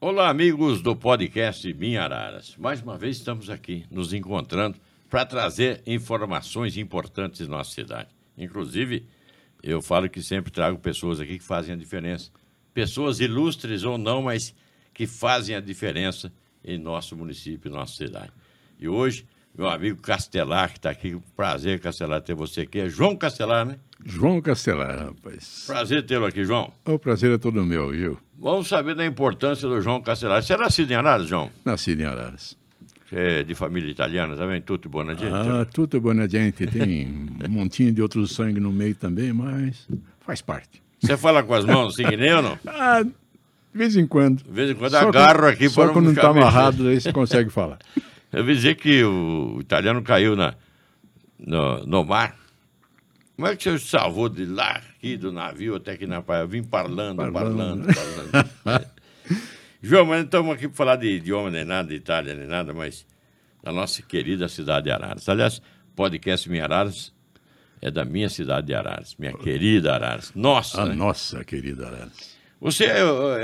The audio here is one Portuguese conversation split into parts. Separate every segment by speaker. Speaker 1: Olá, amigos do podcast Minha Araras. Mais uma vez estamos aqui nos encontrando para trazer informações importantes da nossa cidade. Inclusive, eu falo que sempre trago pessoas aqui que fazem a diferença. Pessoas ilustres ou não, mas que fazem a diferença em nosso município, em nossa cidade. E hoje, meu amigo Castelar, que está aqui, um prazer, Castelar, ter você aqui. É João Castelar, né?
Speaker 2: João Castelar, rapaz.
Speaker 1: Prazer tê-lo aqui, João.
Speaker 2: O prazer é todo meu, viu?
Speaker 1: Vamos saber da importância do João Castelar. Você é nascido em Araras, João?
Speaker 2: Nascido em Araras.
Speaker 1: Você é de família italiana também? Tutti buona gente?
Speaker 2: Ah, tudo bom, gente. Tem um montinho de outro sangue no meio também, mas faz parte.
Speaker 1: Você fala com as mãos assim que nem eu, não?
Speaker 2: Ah, de vez em quando.
Speaker 1: De vez em quando
Speaker 2: Só quando-
Speaker 1: agarro aqui
Speaker 2: Só
Speaker 1: para
Speaker 2: quando não
Speaker 1: ficar
Speaker 2: está
Speaker 1: mexendo.
Speaker 2: amarrado, aí você consegue falar.
Speaker 1: Eu vi dizer que o italiano caiu na, no, no mar. Como é que você se salvou de lá, aqui do navio até aqui na praia? Eu vim parlando, parlando,
Speaker 2: Parlando.
Speaker 1: parlando. João, mas não estamos aqui para falar de idioma nem nada, de Itália nem nada, mas da nossa querida cidade de Araras. Aliás, o podcast Minha Araras é da minha cidade de Araras, minha querida Araras. Nossa,
Speaker 2: A
Speaker 1: né?
Speaker 2: nossa querida Araras.
Speaker 1: Você é,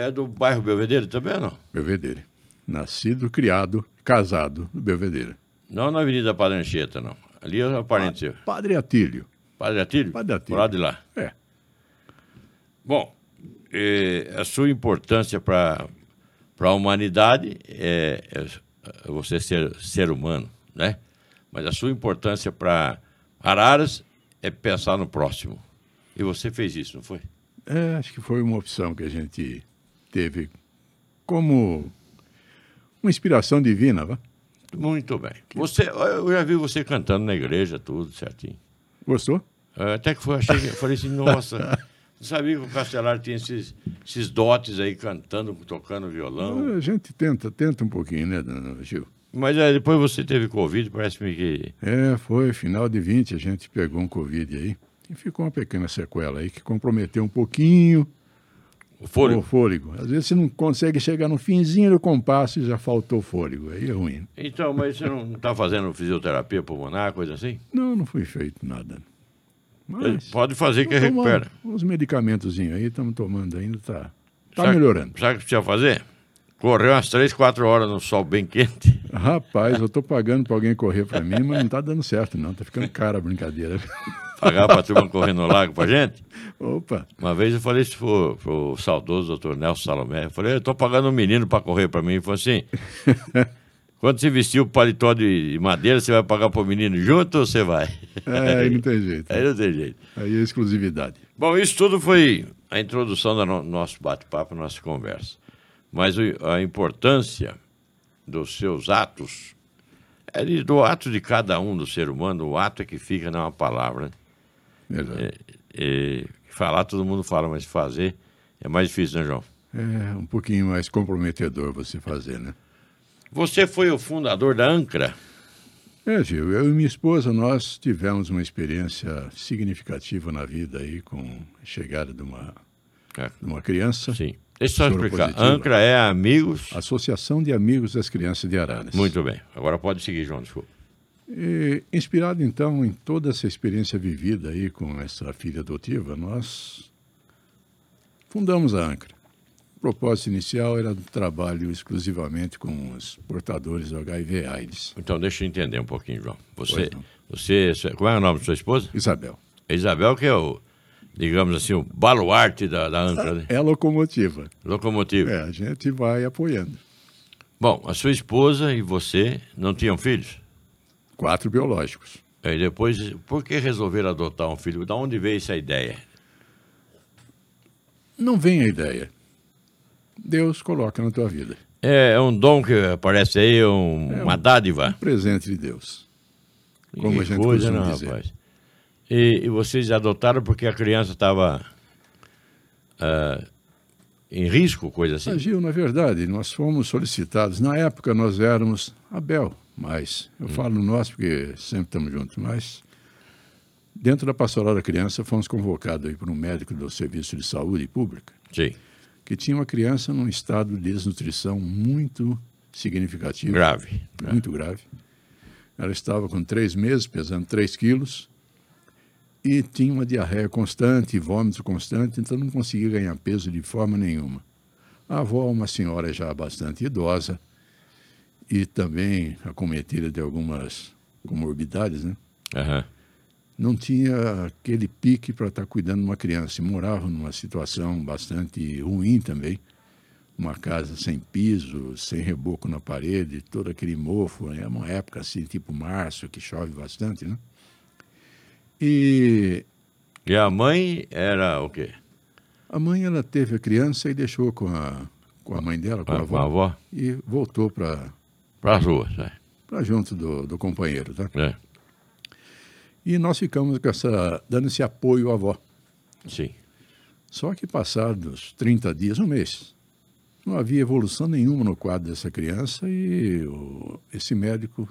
Speaker 1: é do bairro Belvedere também ou não?
Speaker 2: Belvedere. Nascido, criado, casado no Belvedere.
Speaker 1: Não é na Avenida Parancheta, não. Ali é eu aparentei.
Speaker 2: Padre Atílio.
Speaker 1: Padre Atílio?
Speaker 2: Padre Atílio.
Speaker 1: Por lá de lá.
Speaker 2: É.
Speaker 1: Bom, eh, a sua importância para a humanidade é, é você ser ser humano, né? Mas a sua importância para Araras é pensar no próximo. E você fez isso, não foi?
Speaker 2: É, acho que foi uma opção que a gente teve como uma inspiração divina, vá.
Speaker 1: Muito bem. Você, eu já vi você cantando na igreja, tudo certinho.
Speaker 2: Gostou?
Speaker 1: Eh, Até que foi, achei que, eu falei assim, nossa, não sabia que o Castelar tinha esses, esses dotes aí cantando, tocando violão.
Speaker 2: A gente tenta, tenta um pouquinho, né, dona Gil?
Speaker 1: Mas aí depois você teve Covid, parece-me que
Speaker 2: É, foi final de 20, a gente pegou um Covid aí e ficou uma pequena sequela aí que comprometeu um pouquinho
Speaker 1: o fôlego
Speaker 2: o fôlego. Às vezes você não consegue chegar no finzinho do compasso e já faltou fôlego, aí é ruim.
Speaker 1: Então, mas você não está fazendo fisioterapia pulmonar, coisa assim?
Speaker 2: Não, não foi feito nada. Mas
Speaker 1: Pode fazer que
Speaker 2: tô tomando
Speaker 1: recupera.
Speaker 2: Uns medicamentozinhos aí, estamos tomando ainda, tá, tá
Speaker 1: Sabe-
Speaker 2: melhorando.
Speaker 1: Sabe o que precisa fazer? Correr umas três, quatro horas no sol bem quente.
Speaker 2: Rapaz, eu tô pagando pra alguém correr pra mim, mas não tá dando certo não, tá ficando cara a brincadeira.
Speaker 1: Pagar para a turma correr no lago para gente.
Speaker 2: Opa,
Speaker 1: Uma vez eu falei isso pro, pro saudoso doutor Nelson Salomé. Eu falei, eu tô pagando um menino para correr para mim. Ele falou assim, quando você vestir o paletó de madeira, você vai pagar pro menino junto ou você vai?
Speaker 2: é, aí não tem jeito,
Speaker 1: Aí não tem jeito.
Speaker 2: aí é exclusividade.
Speaker 1: Bom, isso tudo foi a introdução do no- nosso bate-papo, nossa conversa. Mas o- a importância dos seus atos, é de- do ato de cada um do ser humano, o ato é que fica numa palavra. né?
Speaker 2: Exato.
Speaker 1: E falar, todo mundo fala, mas fazer é mais difícil, né, João?
Speaker 2: É um pouquinho mais comprometedor você fazer, né?
Speaker 1: Você foi o fundador da ANCRA.
Speaker 2: É, Gil, eu e minha esposa, nós tivemos uma experiência significativa na vida aí com a chegada de uma,
Speaker 1: É,
Speaker 2: de uma criança.
Speaker 1: Sim. Deixa eu só
Speaker 2: Soro
Speaker 1: explicar.
Speaker 2: positivo. Ah,
Speaker 1: ANCRA é Amigos.
Speaker 2: Associação de Amigos das Crianças de Araras.
Speaker 1: Muito bem. Agora pode seguir, João, desculpa.
Speaker 2: E, inspirado, então, em toda essa experiência vivida aí com essa filha adotiva, nós fundamos a ANCRA. O propósito inicial era do trabalho exclusivamente com os portadores do HIV AIDS.
Speaker 1: Então, deixa eu entender um pouquinho, João. Você,
Speaker 2: Pois não.
Speaker 1: você, como é o nome da sua esposa?
Speaker 2: Isabel,
Speaker 1: A Isabel, que é o, digamos assim, o baluarte da, da Angra, né?
Speaker 2: é a locomotiva.
Speaker 1: Locomotiva.
Speaker 2: É, a gente vai apoiando.
Speaker 1: Bom, a sua esposa e você não tinham filhos?
Speaker 2: Quatro biológicos.
Speaker 1: Aí depois, por que resolveram adotar um filho? Da onde veio essa ideia?
Speaker 2: Não vem a ideia. Deus coloca na tua vida.
Speaker 1: É, é um dom que aparece aí, um-
Speaker 2: É
Speaker 1: uma dádiva.
Speaker 2: Presente de Deus. como
Speaker 1: Que
Speaker 2: a gente
Speaker 1: coisa,
Speaker 2: costuma
Speaker 1: não,
Speaker 2: dizer.
Speaker 1: rapaz. E, e vocês adotaram porque a criança estava ah, em risco, coisa assim?
Speaker 2: Mas, Ah, Gil, na verdade, nós fomos solicitados. Na época nós éramos Abel, mas eu falo nós porque sempre estamos juntos, mas dentro da pastoral da criança fomos convocados aí por um médico do Serviço de Saúde Pública
Speaker 1: Sim.
Speaker 2: que tinha uma criança num estado de desnutrição muito significativo.
Speaker 1: Grave.
Speaker 2: É. muito grave. Ela estava com três meses, pesando 3 quilos, e tinha uma diarreia constante, vômito constante, então não conseguia ganhar peso de forma nenhuma. A avó, uma senhora já bastante idosa e também acometida de algumas comorbidades, né?
Speaker 1: Aham.
Speaker 2: não tinha aquele pique para estar cuidando de uma criança. E morava numa situação bastante ruim também. Uma casa sem piso, sem reboco na parede, todo aquele mofo. É uma época assim, tipo março, que chove bastante, né? E
Speaker 1: E a mãe era o quê?
Speaker 2: a mãe, ela teve a criança e deixou com a, com a mãe dela, Ah, com a
Speaker 1: A, a
Speaker 2: avó,
Speaker 1: avó?
Speaker 2: e voltou para
Speaker 1: Para as ruas, né?
Speaker 2: junto do, do companheiro, tá?
Speaker 1: É.
Speaker 2: E nós ficamos com essa, dando esse apoio à avó.
Speaker 1: Sim.
Speaker 2: Só que passados 30 dias, um mês, não havia evolução nenhuma no quadro dessa criança e o- esse médico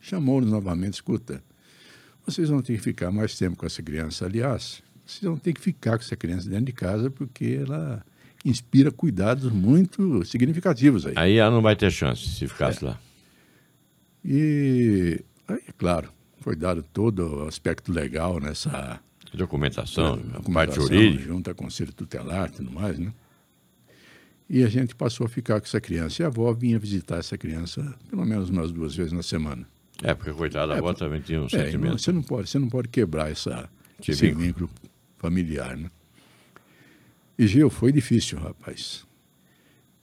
Speaker 2: chamou-nos novamente, escuta, vocês vão ter que ficar mais tempo com essa criança, aliás, vocês vão ter que ficar com essa criança dentro de casa porque ela inspira cuidados muito significativos aí.
Speaker 1: Aí ela não vai ter chance se ficasse
Speaker 2: É.
Speaker 1: lá.
Speaker 2: E, aí, é claro, foi dado todo o aspecto legal nessa
Speaker 1: Documentação, Então, a parte
Speaker 2: É, documentação,
Speaker 1: jurídica.
Speaker 2: Junto a Né? conselho tutelar e tudo mais, né? E a gente passou a ficar com essa criança. E a avó vinha visitar essa criança pelo menos umas duas vezes na semana.
Speaker 1: É, porque coitada, a avó também tinha um
Speaker 2: né? É, irmão,
Speaker 1: sentimento.
Speaker 2: você não pode, você não pode quebrar essa,
Speaker 1: Esse
Speaker 2: esse
Speaker 1: vínculo.
Speaker 2: vínculo familiar, né? E Gil, foi difícil, rapaz.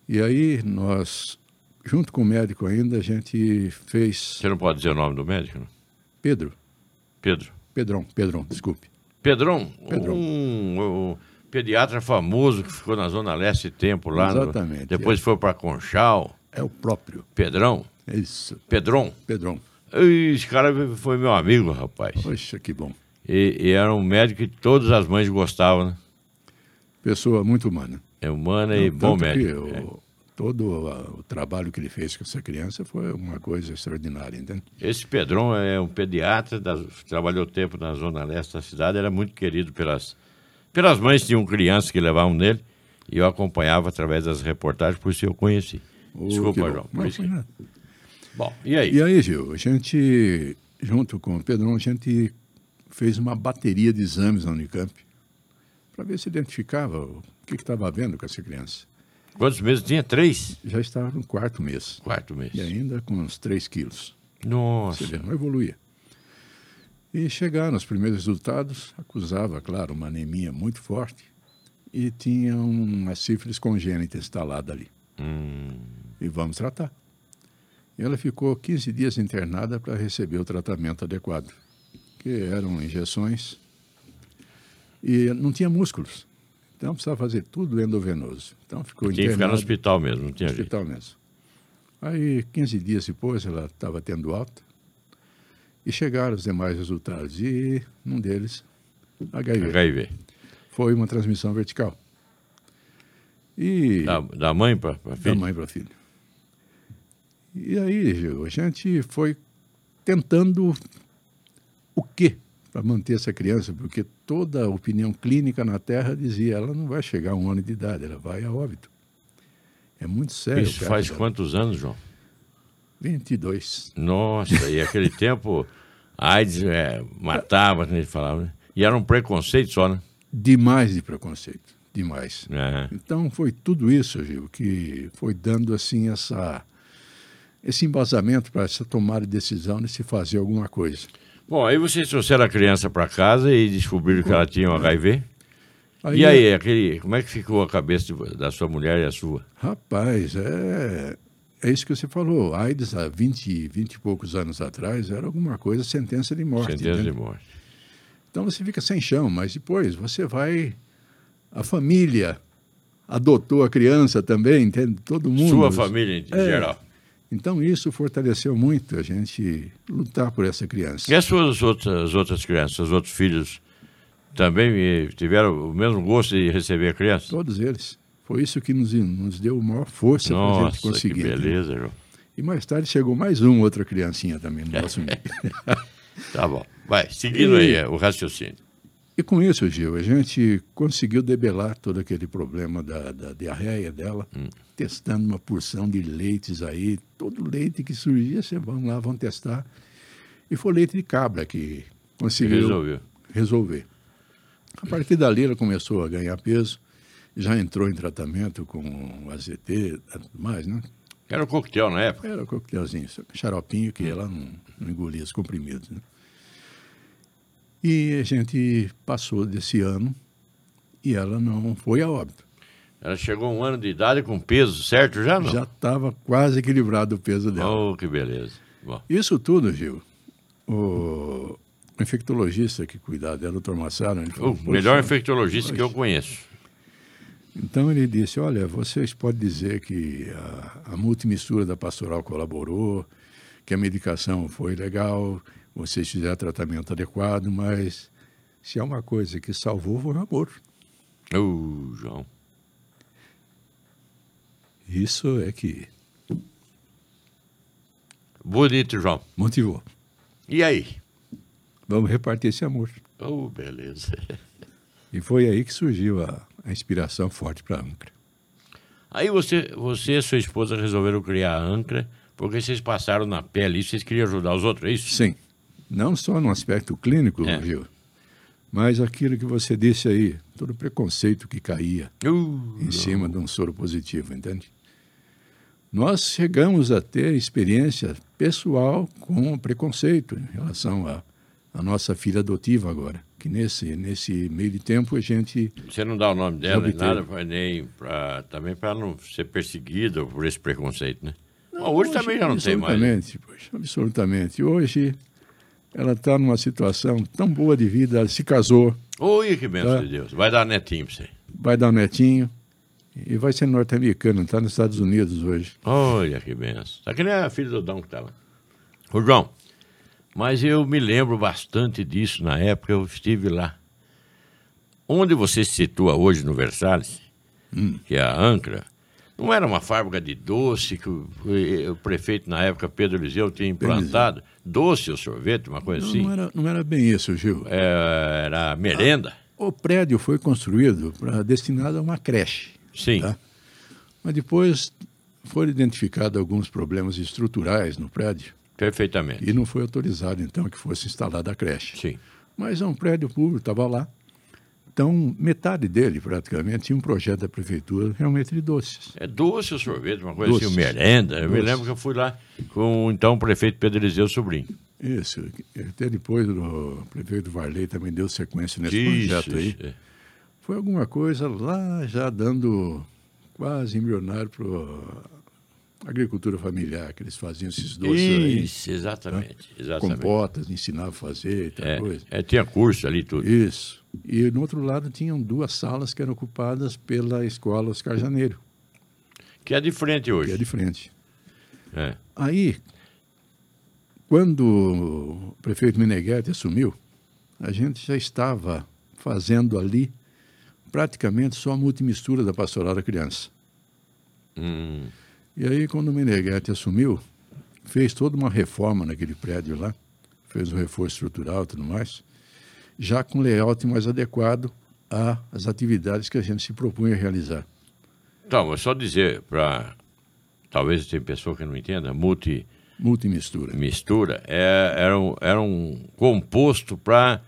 Speaker 2: E aí nós, junto com o médico ainda, a gente fez
Speaker 1: Você não pode dizer o nome do médico, não?
Speaker 2: Pedro,
Speaker 1: Pedro.
Speaker 2: Pedrão, Pedrão, desculpe.
Speaker 1: Pedrão,
Speaker 2: Pedrão.
Speaker 1: um o- o pediatra famoso que ficou na Zona Leste tempo lá. no-
Speaker 2: Exatamente,
Speaker 1: depois foi para Conchal.
Speaker 2: É o próprio.
Speaker 1: Pedrão.
Speaker 2: É isso,
Speaker 1: Pedrão.
Speaker 2: Pedrão.
Speaker 1: Ih, Esse cara foi meu amigo, rapaz.
Speaker 2: Poxa, que bom.
Speaker 1: E, e era um médico que todas as mães gostavam, né?
Speaker 2: Pessoa muito humana.
Speaker 1: É humana
Speaker 2: Não,
Speaker 1: e bom
Speaker 2: tanto que
Speaker 1: médico. né? é.
Speaker 2: o- Todo ah, o trabalho que ele fez com essa criança foi uma coisa extraordinária, entende?
Speaker 1: Esse Pedrão é um pediatra, da, trabalhou tempo na zona leste da cidade, era muito querido pelas, pelas mães, tinham crianças que levavam nele, e eu acompanhava através das reportagens, por isso eu conheci.
Speaker 2: Oh, que
Speaker 1: Desculpa,
Speaker 2: bom.
Speaker 1: João. Por
Speaker 2: Não,
Speaker 1: isso
Speaker 2: foi
Speaker 1: que-
Speaker 2: nada.
Speaker 1: Bom, e aí?
Speaker 2: E aí, Gil, a gente, junto com o Pedrão, a gente fez uma bateria de exames na Unicamp para ver se identificava o que estava havendo com essa criança.
Speaker 1: Quantos meses tinha? Três?
Speaker 2: Já estava no quarto mês
Speaker 1: Quarto mês.
Speaker 2: e ainda com uns 3 quilos. Você
Speaker 1: Nossa.
Speaker 2: vê, não evoluía. E chegaram os primeiros resultados, acusava, claro, uma anemia muito forte e tinha uma sífilis congênita instalada ali.
Speaker 1: Hum.
Speaker 2: E vamos tratar. E ela ficou 15 dias internada para receber o tratamento adequado, que eram injeções e não tinha músculos. Então precisava fazer tudo endovenoso. Então ficou
Speaker 1: Tinha que ficar no
Speaker 2: internada
Speaker 1: hospital mesmo, não tinha jeito.
Speaker 2: hospital mesmo. Aí, 15 dias depois, ela estava tendo alta. E chegaram os demais resultados. E um deles, HIV.
Speaker 1: HIV.
Speaker 2: Foi uma transmissão vertical. E
Speaker 1: Da, da mãe para
Speaker 2: da
Speaker 1: filho?
Speaker 2: mãe para filho. E aí, Gil, a gente foi tentando o quê para manter essa criança? Porque toda a opinião clínica na Terra dizia ela não vai chegar a um ano de idade, ela vai a óbito. É muito sério. o
Speaker 1: Isso
Speaker 2: caso
Speaker 1: faz
Speaker 2: dela.
Speaker 1: quantos anos, João?
Speaker 2: 22.
Speaker 1: Nossa, e aquele tempo, a AIDS é, matava, como eles falavam, né? E era um preconceito só, né? É.
Speaker 2: Demais de preconceito. Demais.
Speaker 1: Aham.
Speaker 2: Então foi tudo isso, Gil, que foi dando assim essa esse embasamento para essa tomada de decisão de se fazer alguma coisa.
Speaker 1: Bom, aí vocês trouxeram a criança para casa e descobriram que ela tinha um HIV.
Speaker 2: Aí,
Speaker 1: e aí, aquele, como é que ficou a cabeça de vo- da sua mulher e a sua?
Speaker 2: Rapaz, é, é isso que você falou. AIDS há 20, 20 e poucos anos atrás era alguma coisa, sentença de morte. né?
Speaker 1: Sentença de
Speaker 2: entende?
Speaker 1: morte.
Speaker 2: Então você fica sem chão, mas depois você vai. A família adotou a criança também, entende? Todo mundo.
Speaker 1: Sua família em
Speaker 2: É.
Speaker 1: geral.
Speaker 2: Então isso fortaleceu muito a gente lutar por essa criança.
Speaker 1: E as suas outras, as outras crianças, os outros filhos, também eh, tiveram o mesmo gosto de receber a criança?
Speaker 2: Todos eles. Foi isso que nos, nos deu maior força para a gente
Speaker 1: Nossa, que
Speaker 2: conseguir. né?
Speaker 1: beleza, João.
Speaker 2: E mais tarde chegou mais um, outra criancinha também no nosso meio.
Speaker 1: Tá bom. Vai, seguindo
Speaker 2: E-
Speaker 1: aí eh, o raciocínio.
Speaker 2: E com isso, Gil, a gente conseguiu debelar todo aquele problema da, da diarreia dela,
Speaker 1: Hum.
Speaker 2: testando uma porção de leites aí. Todo leite que surgia, você vamos lá, vamos testar. E foi leite de cabra que conseguiu
Speaker 1: Resolveu.
Speaker 2: resolver. A partir dali, ela começou a ganhar peso já entrou em tratamento com AZT e tudo mais, né?
Speaker 1: Era o coquetel na época.
Speaker 2: Era coquetelzinho, xaropinho que ela não, não engolia os comprimidos, né? E a gente passou desse ano e ela não foi a óbito.
Speaker 1: Ela chegou a um ano de idade com peso, certo? Já não?
Speaker 2: Já estava quase equilibrado o peso dela.
Speaker 1: Oh, que beleza. Bom,
Speaker 2: Isso tudo, Gil, o infectologista que cuidava dela, o Dr. Massaro, ele
Speaker 1: o
Speaker 2: falou,
Speaker 1: melhor
Speaker 2: "Poxa,
Speaker 1: infectologista que eu
Speaker 2: poxa."
Speaker 1: conheço.
Speaker 2: Então ele disse, olha, vocês podem dizer que a, a multimissura da pastoral colaborou, que a medicação foi legal, vocês fizeram tratamento adequado, mas se há uma coisa que salvou foi o amor.
Speaker 1: Ô, Oh, João.
Speaker 2: Isso é que
Speaker 1: Bonito, João.
Speaker 2: motivou.
Speaker 1: E aí?
Speaker 2: Vamos repartir esse amor.
Speaker 1: Oh, beleza.
Speaker 2: E foi aí que surgiu a, a inspiração forte para a Ancra.
Speaker 1: Aí você, você e sua esposa resolveram criar a Ancra, porque vocês passaram na pele e vocês queriam ajudar os outros, é isso?
Speaker 2: Sim. Não só no aspecto clínico,
Speaker 1: É.
Speaker 2: viu? Mas aquilo que você disse aí, todo o preconceito que caía
Speaker 1: Ô,
Speaker 2: em cima de um soro positivo, entende? Nós chegamos a ter experiência pessoal com o preconceito em relação à à nossa filha adotiva agora, que nesse, nesse meio de tempo a gente
Speaker 1: Você não dá o nome dela, nem
Speaker 2: obteve.
Speaker 1: nada, pra- nem pra, também para não ser perseguida por esse preconceito, né? Bom, hoje, também já não tem mais. né?
Speaker 2: Absolutamente, poxa, absolutamente. Hoje ela está numa situação tão boa de vida, ela se casou,
Speaker 1: Oi, que benção
Speaker 2: Tá.
Speaker 1: de Deus. Vai dar netinho pra você.
Speaker 2: vai dar um netinho e vai ser norte-americana, está nos Estados Unidos hoje.
Speaker 1: Olha que benção. Tá que nem a filha do Dom que estava. Ô, João, mas eu me lembro bastante disso na época, eu estive lá. Onde você se situa hoje no Versalhes,
Speaker 2: Hum.
Speaker 1: que é a Ancra, não era uma fábrica de doce que o, eh, o prefeito na época, Pedro Eliseu, tinha implantado? Doce ou sorvete, uma coisa assim?
Speaker 2: Não, é. Ah. era, não era bem isso, Gil.
Speaker 1: É, era merenda?
Speaker 2: O prédio foi construído pra, destinado a uma creche,
Speaker 1: Sim.
Speaker 2: Tá. mas depois foram identificados alguns problemas estruturais no prédio
Speaker 1: Perfeitamente.
Speaker 2: e não foi autorizado, então, que fosse instalada a creche.
Speaker 1: Sim.
Speaker 2: Mas é um prédio público, estava lá. Então, metade dele, praticamente, tinha um projeto da prefeitura realmente de doces.
Speaker 1: É doce ou sorvete, uma coisa assim,
Speaker 2: Doces.
Speaker 1: merenda. Eu me
Speaker 2: Doces.
Speaker 1: lembro que eu fui lá com o então prefeito Pedro Eliseu Sobrinho.
Speaker 2: Isso. Até depois o prefeito Varley também deu sequência nesse projeto aí.
Speaker 1: isso, é.
Speaker 2: Foi alguma coisa lá já dando quase milionário para agricultura familiar, que eles faziam esses doces aí,
Speaker 1: Isso, exatamente. exatamente.
Speaker 2: compotas, ensinavam né? Tá? a fazer e tal
Speaker 1: É,
Speaker 2: coisa.
Speaker 1: é, tinha curso ali tudo.
Speaker 2: Isso. E no outro lado tinham duas salas que eram ocupadas pela escola Oscar Janeiro,
Speaker 1: Que é de frente
Speaker 2: que é
Speaker 1: hoje.
Speaker 2: de frente.
Speaker 1: É.
Speaker 2: Aí, quando o prefeito Meneghetti assumiu, a gente já estava fazendo ali praticamente só a multimistura da pastoral da criança.
Speaker 1: Hum,
Speaker 2: E aí, quando o Meneghetti assumiu, fez toda uma reforma naquele prédio lá, fez um reforço estrutural e tudo mais, já com layout mais adequado a- às atividades que a gente se propunha a realizar.
Speaker 1: Então, vou só dizer para. Talvez tem pessoa que não entenda, multimistura
Speaker 2: Multimistura.
Speaker 1: é, era, um, era um composto para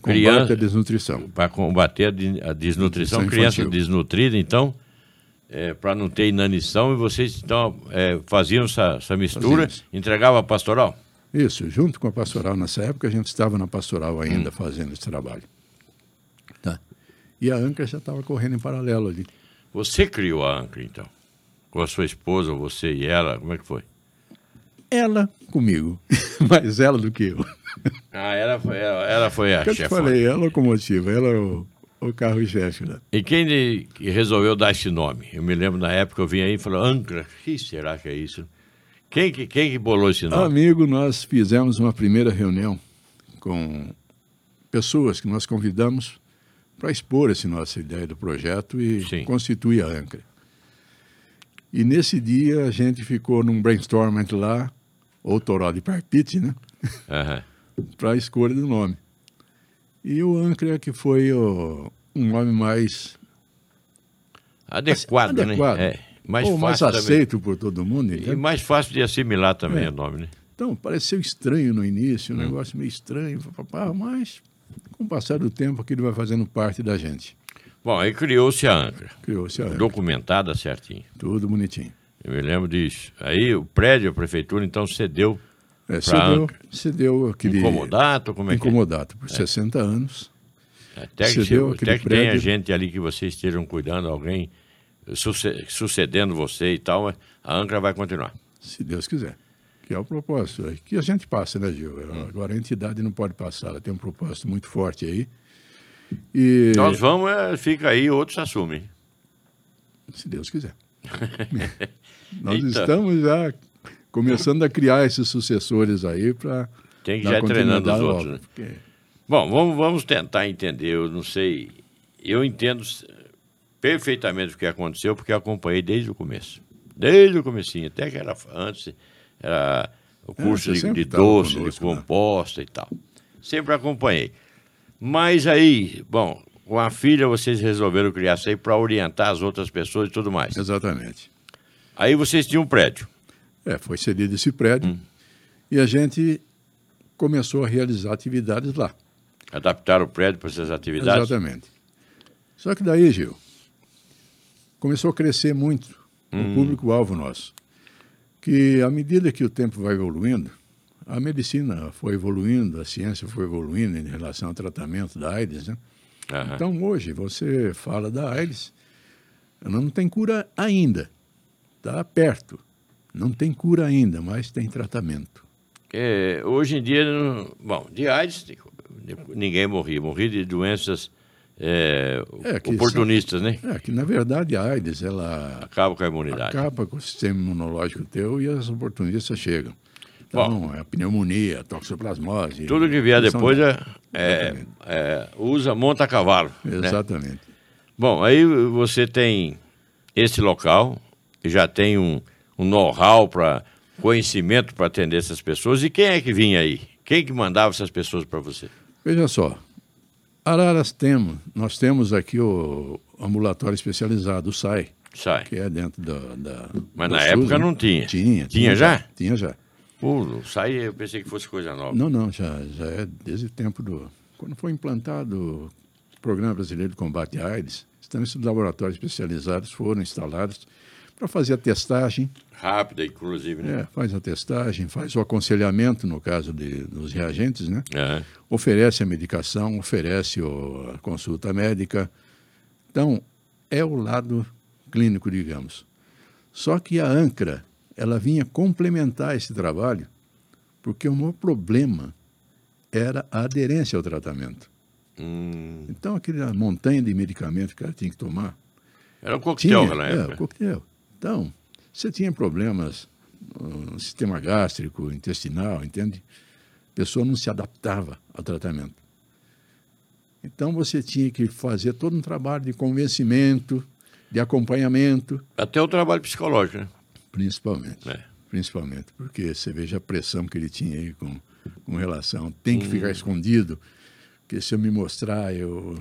Speaker 2: Combate à
Speaker 1: criança.
Speaker 2: desnutrição.
Speaker 1: para combater a, de- a desnutrição,
Speaker 2: Desnutrição
Speaker 1: criança
Speaker 2: infantil.
Speaker 1: desnutrida, então, para não ter inanição, e vocês então é, faziam essa, essa mistura,
Speaker 2: Fazíamos.
Speaker 1: entregava a pastoral?
Speaker 2: Isso, junto com a pastoral nessa época, a gente estava na pastoral ainda fazendo esse trabalho. Hum. Tá. E a Anca já estava correndo em paralelo ali.
Speaker 1: Você criou a Ancra, então, com a sua esposa, você e ela, como é que foi?
Speaker 2: Ela comigo, mais ela do que eu.
Speaker 1: Ah, ela foi, ela, ela foi a
Speaker 2: Eu te
Speaker 1: chefe.
Speaker 2: falei, ela é a locomotiva, ela é o, o né? carro-chefe lá.
Speaker 1: E quem de- que resolveu dar esse nome? Eu me lembro na época, eu vim aí e falei, Ancra, o que será que é isso? Quem que, quem que bolou esse nome?
Speaker 2: Amigo, nós fizemos uma primeira reunião com pessoas que nós convidamos para expor essa nossa ideia do projeto e
Speaker 1: Sim.
Speaker 2: constituir a Ancra. E nesse dia a gente ficou num brainstorming lá, ou toró de parpite, né?
Speaker 1: Aham.
Speaker 2: para a escolha do nome. E o Ancra que foi o, um nome mais
Speaker 1: Adequado,
Speaker 2: adequado,
Speaker 1: né? É, mais
Speaker 2: ou mais
Speaker 1: fácil também.
Speaker 2: aceito por todo mundo.
Speaker 1: E
Speaker 2: entende?
Speaker 1: mais fácil de assimilar também
Speaker 2: É.
Speaker 1: o nome, né?
Speaker 2: Então, pareceu estranho no início, um
Speaker 1: Hum.
Speaker 2: negócio meio estranho, papapá, mas com o passar do tempo aquilo vai fazendo parte da gente.
Speaker 1: Bom, aí criou-se a Ancra,
Speaker 2: Criou-se a Ancra.
Speaker 1: documentada certinho.
Speaker 2: Tudo bonitinho.
Speaker 1: Eu me lembro disso. Aí o prédio, a prefeitura, então cedeu
Speaker 2: É,
Speaker 1: Pra
Speaker 2: cedeu,
Speaker 1: Ancra.
Speaker 2: cedeu aquele...
Speaker 1: incomodato, como é que é?
Speaker 2: Incomodato por 60 anos.
Speaker 1: Até que,
Speaker 2: Cedeu
Speaker 1: se-
Speaker 2: aquele
Speaker 1: até que tenha
Speaker 2: prédio.
Speaker 1: gente ali que vocês estejam cuidando, alguém suce- sucedendo você e tal, mas a Ancra vai continuar.
Speaker 2: se Deus quiser. Que é o propósito. é Que a gente passa, né, Gil?
Speaker 1: Hum.
Speaker 2: Agora a entidade não pode passar, ela tem um propósito muito forte aí. E
Speaker 1: Nós vamos, é, fica aí, outros assumem.
Speaker 2: se Deus quiser. Nós
Speaker 1: Eita.
Speaker 2: estamos já começando a criar esses sucessores aí para.
Speaker 1: Tem que já ir treinando os outros, né?
Speaker 2: é Porque
Speaker 1: Bom, vamos, vamos tentar entender. Eu não sei. Eu entendo s- perfeitamente o que aconteceu, porque eu acompanhei desde o começo. Desde o comecinho, até que era antes, era o curso de-
Speaker 2: É, você
Speaker 1: de,
Speaker 2: sempre tava
Speaker 1: doce, de
Speaker 2: conosco, né?
Speaker 1: composta e tal. Sempre acompanhei. Mas aí, bom, com a filha vocês resolveram criar isso aí para orientar as outras pessoas e tudo mais.
Speaker 2: Exatamente.
Speaker 1: Aí vocês tinham um prédio.
Speaker 2: É, foi cedido esse prédio
Speaker 1: Hum.
Speaker 2: e a gente começou a realizar atividades lá.
Speaker 1: Adaptaram o prédio para essas atividades.
Speaker 2: Exatamente. Só que daí, Gil, começou a crescer muito o público-alvo nosso. Que à medida que o tempo vai evoluindo, a medicina foi evoluindo, a ciência foi evoluindo em relação ao tratamento da AIDS, né?
Speaker 1: Aham.
Speaker 2: Então, hoje, você fala da AIDS, ela não tem cura ainda. Está perto. Não tem cura ainda, mas tem tratamento.
Speaker 1: É, hoje em dia, não- bom, de AIDS, de- de- ninguém morria. Morria de doenças é,
Speaker 2: É, que
Speaker 1: oportunistas, né?
Speaker 2: É que, na verdade, a AIDS, ela
Speaker 1: Acaba com a imunidade.
Speaker 2: acaba com o sistema imunológico teu e as oportunistas chegam. Então,
Speaker 1: Bom.
Speaker 2: é a pneumonia, a toxoplasmose.
Speaker 1: Tudo que vier
Speaker 2: são-
Speaker 1: depois é, é- é, usa, monta a cavalo. né?
Speaker 2: Exatamente.
Speaker 1: Bom, aí você tem esse local, que já tem um, um know-how para conhecimento para atender essas pessoas. E quem é que vinha aí? Quem que mandava essas pessoas para você?
Speaker 2: Veja só, Araras temos, nós temos aqui o ambulatório especializado, o SAI,
Speaker 1: Sai.
Speaker 2: que é dentro da... da
Speaker 1: Mas
Speaker 2: do
Speaker 1: na
Speaker 2: SUS,
Speaker 1: época
Speaker 2: né?
Speaker 1: não tinha.
Speaker 2: Tinha.
Speaker 1: Tinha já?
Speaker 2: Tinha já.
Speaker 1: Pulo, sai, eu pensei que fosse coisa nova.
Speaker 2: Não, não, já, já é desde o tempo do... Quando foi implantado o Programa Brasileiro de Combate à AIDS, então esses laboratórios especializados foram instalados para fazer a testagem
Speaker 1: Rápida, inclusive, né?
Speaker 2: É, faz a testagem, faz o aconselhamento, no caso de, dos reagentes, né?
Speaker 1: É.
Speaker 2: Oferece a medicação, oferece o- a consulta médica. Então, é o lado clínico, digamos. Só que a ANCRA, ela vinha complementar esse trabalho, porque o maior problema era a aderência ao tratamento.
Speaker 1: Hum,
Speaker 2: Então, aquela montanha de medicamento que ela tinha que tomar,
Speaker 1: era um
Speaker 2: tinha,
Speaker 1: coquetel na
Speaker 2: é,
Speaker 1: época.
Speaker 2: coquetel. Então, você tinha problemas hum, no sistema gástrico, intestinal, entende? A pessoa não se adaptava ao tratamento. Então, você tinha que fazer todo um trabalho de convencimento, de acompanhamento,
Speaker 1: Até o trabalho psicológico, né?
Speaker 2: principalmente.
Speaker 1: É.
Speaker 2: Principalmente, porque você veja a pressão que ele tinha aí com, com relação, tem que
Speaker 1: Hum.
Speaker 2: ficar escondido, porque se eu me mostrar, eu...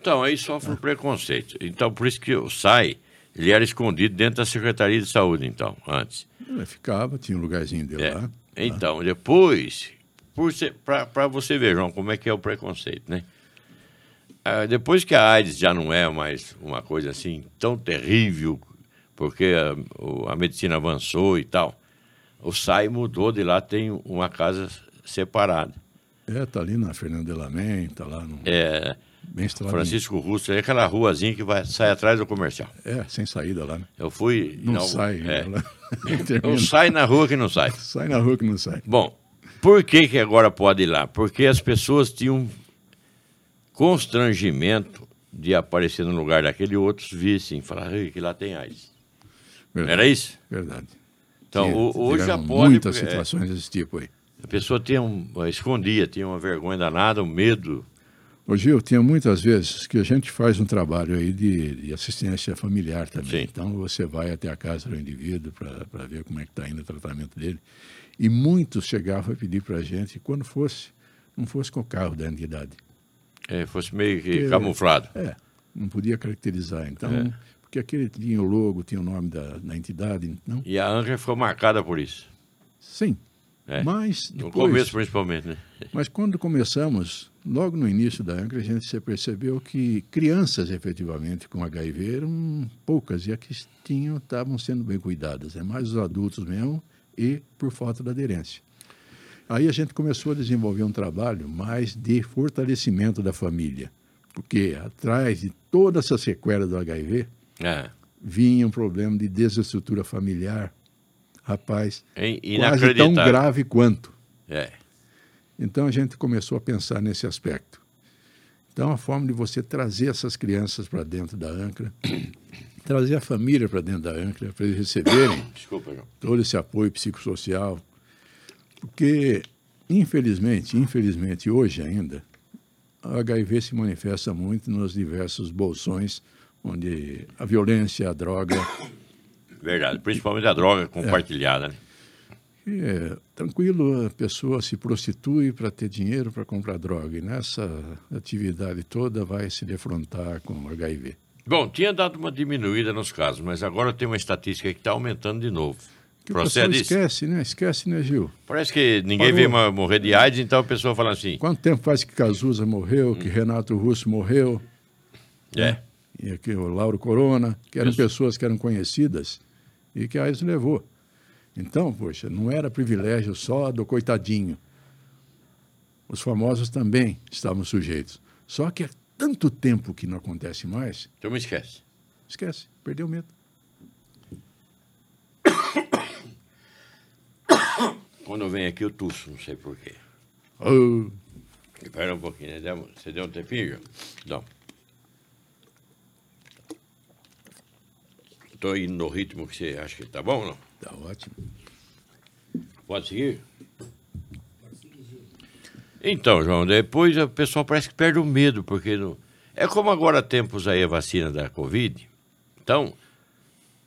Speaker 1: Então, aí sofre um preconceito. Então, por isso que o SAI, ele era escondido dentro da Secretaria de Saúde, então, antes.
Speaker 2: eu ficava, tinha um lugarzinho dele
Speaker 1: É.
Speaker 2: lá.
Speaker 1: Então, depois, para você ver, João, como é que é o preconceito, né? Ah, depois que a AIDS já não é mais uma coisa assim tão terrível, porque ah, o- a, medicina avançou e tal, o SAI mudou de lá, tem uma casa separada.
Speaker 2: É, tá ali na Fernanda de Lamen, tá lá no...
Speaker 1: É,
Speaker 2: Bem instaladinho.
Speaker 1: Francisco Russo, é aquela ruazinha que vai, sai atrás do comercial.
Speaker 2: É, sem saída lá, né?
Speaker 1: Eu fui.
Speaker 2: Não,
Speaker 1: inaugu-
Speaker 2: sai.
Speaker 1: É.
Speaker 2: Né? Termina.
Speaker 1: Não sai na rua que não sai.
Speaker 2: Sai na rua que não sai.
Speaker 1: Bom, por que, que agora pode ir lá? Porque as pessoas tinham constrangimento de aparecer no lugar daquele e outros vissem, falar "Ei, que lá tem AIDS. Não
Speaker 2: Verdade.
Speaker 1: era isso?
Speaker 2: Verdade.
Speaker 1: Então,
Speaker 2: Tinha-
Speaker 1: o- hoje já
Speaker 2: tiveram
Speaker 1: pode.
Speaker 2: Muitas
Speaker 1: porque, é,
Speaker 2: situações desse tipo aí.
Speaker 1: a pessoa tinha um, escondia, tinha uma vergonha danada, um medo.
Speaker 2: Ô Gil, tinha muitas vezes que a gente faz um trabalho aí de, de assistência familiar também.
Speaker 1: Sim.
Speaker 2: Então você vai até a casa do indivíduo para ver como é que está indo o tratamento dele. E muitos chegavam a pedir para a gente, quando fosse, não fosse com o carro da entidade.
Speaker 1: é, fosse meio que
Speaker 2: Porque-
Speaker 1: camuflado.
Speaker 2: É, não podia caracterizar. Então,
Speaker 1: É.
Speaker 2: porque aquele tinha o logo, tinha o nome da, da entidade. Então,
Speaker 1: E a Angra ficou marcada por isso.
Speaker 2: Sim,
Speaker 1: É.
Speaker 2: Mas
Speaker 1: No
Speaker 2: depois-
Speaker 1: começo, principalmente, né?
Speaker 2: Mas quando começamos, logo no início da Angra, a gente se percebeu que crianças efetivamente com HIV eram poucas e as que tinham estavam sendo bem cuidadas, é mais os adultos mesmo e por falta da aderência. Aí a gente começou a desenvolver um trabalho mais de fortalecimento da família, porque atrás de toda essa sequela do HIV
Speaker 1: É.
Speaker 2: vinha um problema de desestrutura familiar, rapaz,
Speaker 1: É
Speaker 2: quase tão
Speaker 1: inacreditável.
Speaker 2: grave quanto.
Speaker 1: É.
Speaker 2: Então a gente começou a pensar nesse aspecto. Então a forma de você trazer essas crianças para dentro da Ancra, trazer a família para dentro da Ancra, para eles receberem
Speaker 1: Desculpa, João.
Speaker 2: todo esse apoio psicossocial, porque infelizmente, infelizmente hoje ainda, a HIV se manifesta muito nos diversos bolsões onde a violência, a droga,
Speaker 1: Verdade. Principalmente a droga
Speaker 2: É.
Speaker 1: compartilhada, né?
Speaker 2: E é tranquilo, a pessoa se prostitui para ter dinheiro para comprar droga. E nessa atividade toda vai se defrontar com HIV.
Speaker 1: Bom, tinha dado uma diminuída nos casos, mas agora tem uma estatística que está aumentando de novo.
Speaker 2: Que o pessoal
Speaker 1: Procede isso?
Speaker 2: esquece, né? Esquece, né, Gil?
Speaker 1: Parece que ninguém
Speaker 2: Parou.
Speaker 1: vê ma- morrer de AIDS, então a pessoa fala assim.
Speaker 2: Quanto tempo faz que Cazuza morreu,
Speaker 1: Hum.
Speaker 2: que Renato Russo morreu,
Speaker 1: É.
Speaker 2: e aqui o Lauro Corona, que eram
Speaker 1: Isso.
Speaker 2: pessoas que eram conhecidas e que a AIDS levou. Então, poxa, não era privilégio só do coitadinho. Os famosos também estavam sujeitos. Só que há tanto tempo que não acontece mais
Speaker 1: Então me esquece.
Speaker 2: Esquece, perdeu o medo.
Speaker 1: Quando eu venho aqui eu tuço, não sei porquê.
Speaker 2: Oh,
Speaker 1: Espera um pouquinho, né? Deu- você deu um tempinho? um. Não. Estou indo no ritmo que você acha que tá bom ou não?
Speaker 2: tá ótimo.
Speaker 1: Pode seguir? Então, João, depois o pessoal parece que perde o medo, porque não... é como agora tempos aí a vacina da Covid. Então,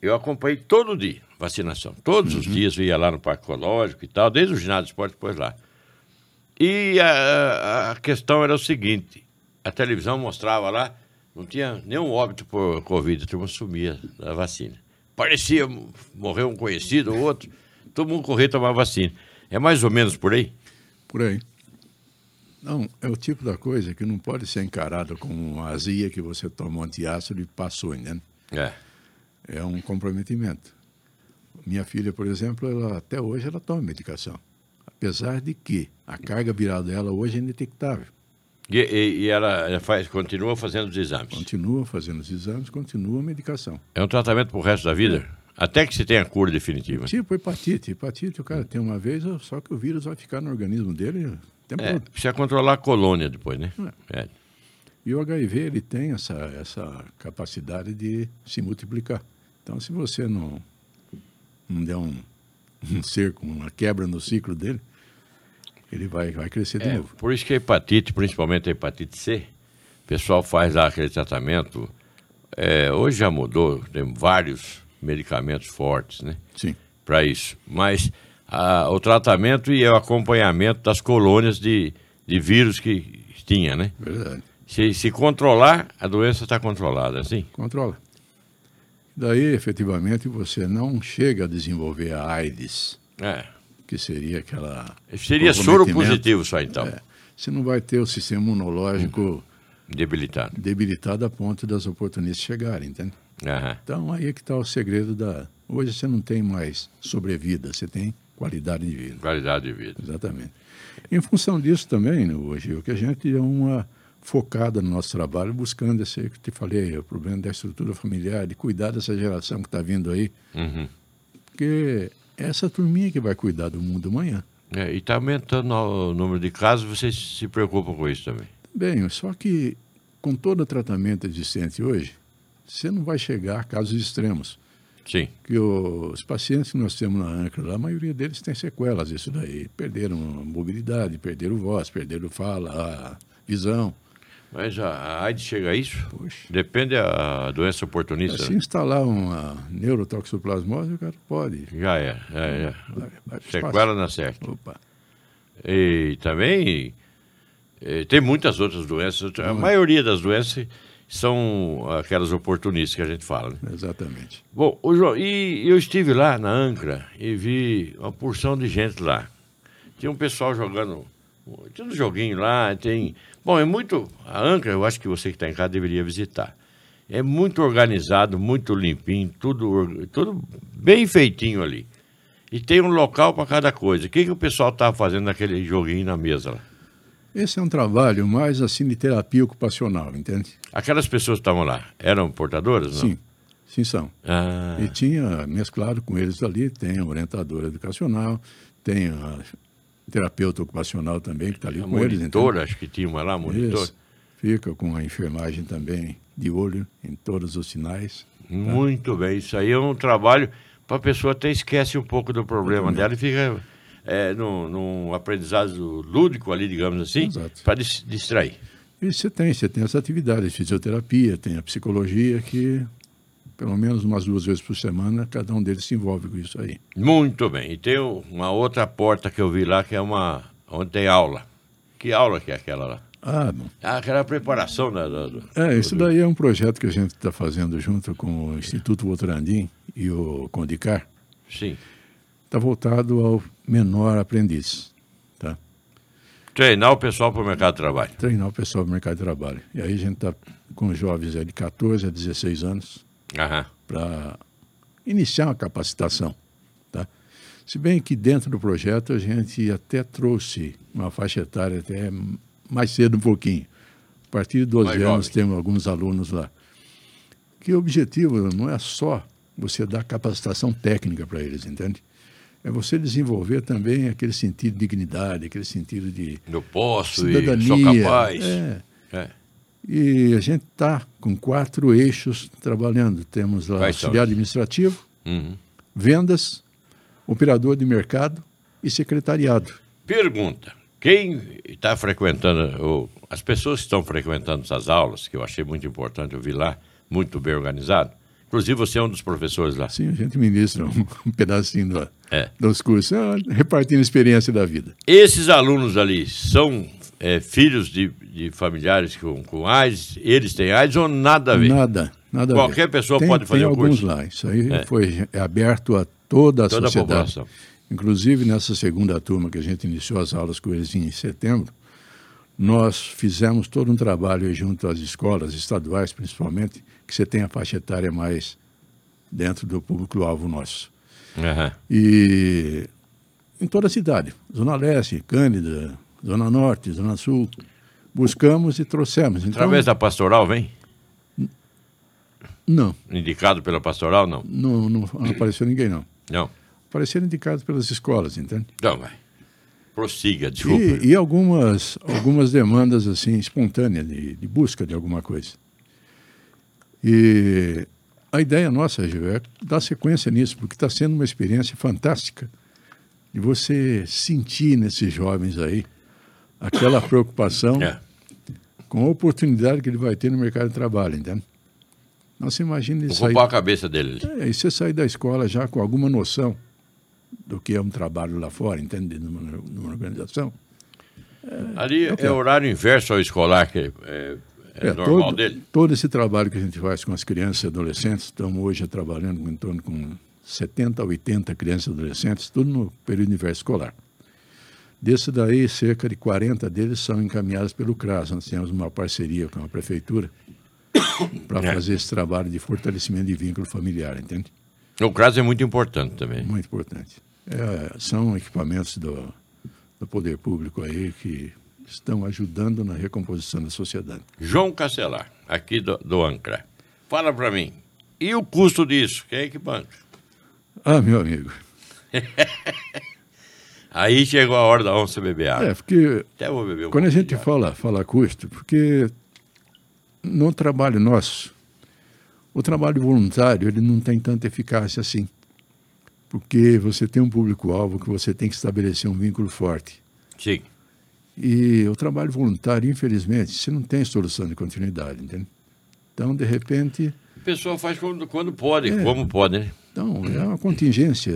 Speaker 1: eu acompanhei todo dia vacinação. Todos os dias eu ia lá no Parque Ecológico e tal, desde o ginásio de esporte, depois lá. E a, a questão era o seguinte: a televisão mostrava lá, não tinha nenhum óbito por Covid, a turma sumia da vacina. Parecia m- morrer um conhecido ou outro, todo mundo corria tomar vacina. É mais ou menos por aí?
Speaker 2: Por aí. Não, é o tipo da coisa que não pode ser encarada como uma azia que você toma um antiácido e passou, entende?
Speaker 1: É.
Speaker 2: É um comprometimento. Minha filha, por exemplo, ela, até hoje ela toma medicação. Apesar de que a carga viral dela hoje é indetectável.
Speaker 1: E, e- e ela ela faz, continua fazendo os exames.
Speaker 2: Continua fazendo os exames, continua a medicação.
Speaker 1: É um tratamento pro resto da vida? Até que se tenha a cura definitiva.
Speaker 2: Tipo hepatite. Hepatite o cara tem uma vez, só que o vírus vai ficar no organismo dele o tempo
Speaker 1: É,
Speaker 2: todo.
Speaker 1: precisa controlar a colônia depois, né? É.
Speaker 2: E o HIV ele tem essa, essa capacidade de se multiplicar. Então, se você não, não der um, um cerco, uma quebra no ciclo dele, ele vai, vai crescer de
Speaker 1: É,
Speaker 2: novo.
Speaker 1: por isso que a hepatite, principalmente a hepatite C, o pessoal faz lá aquele tratamento. É, hoje já mudou, tem vários medicamentos fortes, né?
Speaker 2: Sim.
Speaker 1: Para isso. Mas ah, o tratamento e o acompanhamento das colônias de, de vírus que tinha, né?
Speaker 2: Verdade.
Speaker 1: Se, se controlar, a doença está controlada, assim?
Speaker 2: Controla. Daí, efetivamente, você não chega a desenvolver a AIDS,
Speaker 1: É.
Speaker 2: que seria aquela.
Speaker 1: Seria soro
Speaker 2: comprometimento.
Speaker 1: positivo só então,
Speaker 2: É. Você não vai ter o sistema imunológico
Speaker 1: debilitado.
Speaker 2: debilitado a ponto das oportunistas chegarem, entende?
Speaker 1: Aham.
Speaker 2: Então aí é que está o segredo da. Hoje você não tem mais sobrevida, você tem qualidade de vida.
Speaker 1: Qualidade de vida.
Speaker 2: Exatamente. Em função disso também, né, hoje, o que a gente é uma focada no nosso trabalho, buscando esse que te falei, o problema da estrutura familiar, de cuidar dessa geração que está vindo aí. Porque é essa turminha que vai cuidar do mundo amanhã.
Speaker 1: É, e está aumentando o número de casos, vocês se preocupam com isso também.
Speaker 2: Bem, só que com todo o tratamento existente hoje, você não vai chegar a casos extremos.
Speaker 1: Sim.
Speaker 2: que os pacientes que nós temos na ANCRA, lá, a maioria deles tem sequelas disso daí. Perderam a mobilidade, perderam voz, perderam fala, a visão.
Speaker 1: Mas a, a AIDS chega a isso?
Speaker 2: Poxa. Assim?
Speaker 1: Depende da doença oportunista.
Speaker 2: Se
Speaker 1: né?
Speaker 2: instalar uma neurotoxoplasmose, o cara pode.
Speaker 1: Já é. é, é.
Speaker 2: Vai, vai pro
Speaker 1: Sequela na certa.
Speaker 2: espaço. Opa.
Speaker 1: E também eh, tem muitas outras doenças. A maioria das doenças são aquelas oportunistas que a gente fala. Né?
Speaker 2: Exatamente.
Speaker 1: Bom, ô João, e eu estive lá na Ancra e vi uma porção de gente lá. Tinha um pessoal jogando. Tinha um joguinho lá, tem. Bom, é muito. A Angra, eu acho que você que está em casa deveria visitar. É muito organizado, muito limpinho, tudo, or- tudo bem feitinho ali. E tem um local para cada coisa. O que, que o pessoal estava fazendo naquele joguinho na mesa lá?
Speaker 2: Esse é um trabalho mais assim de terapia ocupacional, entende?
Speaker 1: Aquelas pessoas que estavam lá eram portadoras? Não?
Speaker 2: Sim, sim são.
Speaker 1: Ah,
Speaker 2: E tinha, mesclado com eles ali, tem a orientadora educacional, tem a terapeuta ocupacional também, que está ali
Speaker 1: a
Speaker 2: com eles. então.
Speaker 1: monitora, acho que tinha uma lá, a monitora.
Speaker 2: Isso. Fica com a enfermagem também de olho em todos os sinais.
Speaker 1: Muito bem, isso aí é um trabalho para a pessoa até esquece um pouco do problema dela e fica é, num, num aprendizado lúdico ali, digamos assim,
Speaker 2: Exato.
Speaker 1: para dis- distrair.
Speaker 2: E você tem, você tem essa atividade, fisioterapia, tem a psicologia, que pelo menos umas duas vezes por semana cada um deles se envolve com isso aí.
Speaker 1: Muito bem. E tem o- uma outra porta que eu vi lá que é uma onde tem aula. Que aula que é aquela lá?
Speaker 2: Ah, bom.
Speaker 1: Ah, aquela preparação da, da- do-
Speaker 2: É, isso daí é um projeto que a gente está fazendo junto com o Instituto Votorandim e o Condicar.
Speaker 1: Sim.
Speaker 2: Está voltado ao menor aprendiz, tá?
Speaker 1: Treinar o pessoal para o mercado de trabalho.
Speaker 2: Treinar o pessoal do mercado de trabalho. E aí a gente está com jovens aí de 14 a 16 anos,
Speaker 1: Aham.
Speaker 2: para iniciar a capacitação. Tá? Se bem que dentro do projeto a gente até trouxe uma faixa etária até mais cedo um pouquinho. A partir de 12
Speaker 1: Mais
Speaker 2: anos
Speaker 1: jovem.
Speaker 2: temos alguns alunos lá. Que o objetivo não é só você dar capacitação técnica para eles, entende? É você desenvolver também aquele sentido de dignidade, aquele sentido de
Speaker 1: Eu posso e sou
Speaker 2: cidadania.
Speaker 1: capaz.
Speaker 2: É.
Speaker 1: É.
Speaker 2: E a gente está com quatro eixos trabalhando. Temos lá
Speaker 1: Quais são
Speaker 2: auxiliar
Speaker 1: eles?
Speaker 2: administrativo,
Speaker 1: Uhum.
Speaker 2: vendas, operador de mercado e secretariado.
Speaker 1: Pergunta: quem está frequentando, ou as pessoas que estão frequentando essas aulas, que eu achei muito importante, eu vi lá, muito bem organizado. Inclusive, você é um dos professores lá.
Speaker 2: Assim a gente ministra um, um pedacinho da-
Speaker 1: É.
Speaker 2: dos cursos, ah, repartindo experiência da vida.
Speaker 1: Esses alunos ali são é, filhos de, de familiares com, com AIDS? Eles têm AIDS ou nada a ver?
Speaker 2: Nada, nada a ver.
Speaker 1: Tá Qualquer pessoa
Speaker 2: Tem-
Speaker 1: pode fazer
Speaker 2: tem
Speaker 1: o
Speaker 2: alguns
Speaker 1: curso?
Speaker 2: lá. Isso aí foi é aberto a toda a
Speaker 1: Toda a
Speaker 2: sociedade.
Speaker 1: população.
Speaker 2: Inclusive, nessa segunda turma que a gente iniciou as aulas com eles em setembro, nós fizemos todo um trabalho aí junto às escolas estaduais, principalmente, que você tem a faixa etária mais dentro do público-alvo nosso.
Speaker 1: Aham.
Speaker 2: Então- E em toda a cidade, Zona Leste, Cândida, Zona Norte, Zona Sul, buscamos e trouxemos. Então,
Speaker 1: Através da pastoral, vem?
Speaker 2: não,
Speaker 1: Indicado pela pastoral, não?
Speaker 2: não, não apareceu ninguém, não.
Speaker 1: Não.
Speaker 2: Apareceram indicados pelas escolas, entende?
Speaker 1: Então vai. Prossiga, desculpa.
Speaker 2: E, e algumas, algumas demandas assim espontâneas de, de busca de alguma coisa. E a ideia nossa, Gil, é dar sequência nisso, porque está sendo uma experiência fantástica de você sentir nesses jovens aí aquela preocupação
Speaker 1: É.
Speaker 2: com a oportunidade que ele vai ter no mercado de trabalho, entende? Não se imagina ele sair
Speaker 1: Ocupar a cabeça dele ali.
Speaker 2: é, e você sair da escola já com alguma noção do que é um trabalho lá fora, entende? Numa, numa organização.
Speaker 1: Ali é horário inverso ao escolar, que é, é normal
Speaker 2: todo,
Speaker 1: dele.
Speaker 2: todo esse trabalho que a gente faz com as crianças e adolescentes, estamos hoje trabalhando com em torno com 70 a 80 crianças e adolescentes, tudo no período universo escolar. Desse daí, cerca de 40 deles são encaminhados pelo CRAS. Nós temos uma parceria com a prefeitura para
Speaker 1: É.
Speaker 2: fazer esse trabalho de fortalecimento de vínculo familiar, entende?
Speaker 1: O caso é muito importante também.
Speaker 2: Muito importante. É, são equipamentos do, do poder público aí que estão ajudando na recomposição da sociedade.
Speaker 1: João Castelar, aqui do, do Ancra. Fala pra mim, e o custo disso? Quem é que banca?
Speaker 2: Ah, meu amigo.
Speaker 1: Aí chegou a hora da onça beber água.
Speaker 2: É, porque
Speaker 1: Até vou beber um
Speaker 2: quando a
Speaker 1: pouquinho
Speaker 2: gente
Speaker 1: de água.
Speaker 2: fala, fala custo, porque no trabalho nosso, o trabalho voluntário, ele não tem tanta eficácia assim. Porque você tem um público-alvo que você tem que estabelecer um vínculo forte.
Speaker 1: Sim.
Speaker 2: E o trabalho voluntário, infelizmente, você não tem solução de continuidade, entende? Então, de repente,
Speaker 1: A pessoa faz quando, quando pode,
Speaker 2: É.
Speaker 1: como pode, né?
Speaker 2: Então, é uma contingência.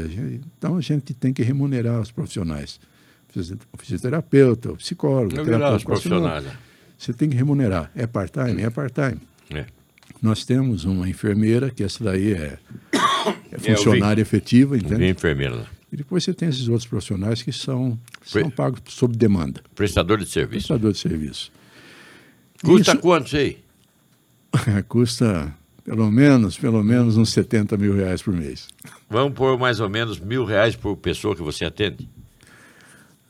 Speaker 2: Então, a gente tem que remunerar os profissionais. O fisioterapeuta, o psicólogo, o
Speaker 1: Remunerar
Speaker 2: terapeuta
Speaker 1: os profissionais.
Speaker 2: ocupacional. Você tem que remunerar. É part-time? É part-time.
Speaker 1: né?
Speaker 2: Nós temos uma enfermeira, que essa daí é, é
Speaker 1: vi.
Speaker 2: funcionária efetiva,
Speaker 1: É. Vem
Speaker 2: entende?
Speaker 1: enfermeira lá.
Speaker 2: E depois você tem esses outros profissionais que são,
Speaker 1: Pre-
Speaker 2: são pagos sob demanda,
Speaker 1: Prestador de serviço.
Speaker 2: prestador de serviço.
Speaker 1: Custa
Speaker 2: Isso-
Speaker 1: quanto isso aí?
Speaker 2: custa pelo menos, pelo menos uns 70 mil reais por mês.
Speaker 1: Vamos pôr mais ou menos mil reais por pessoa que você atende?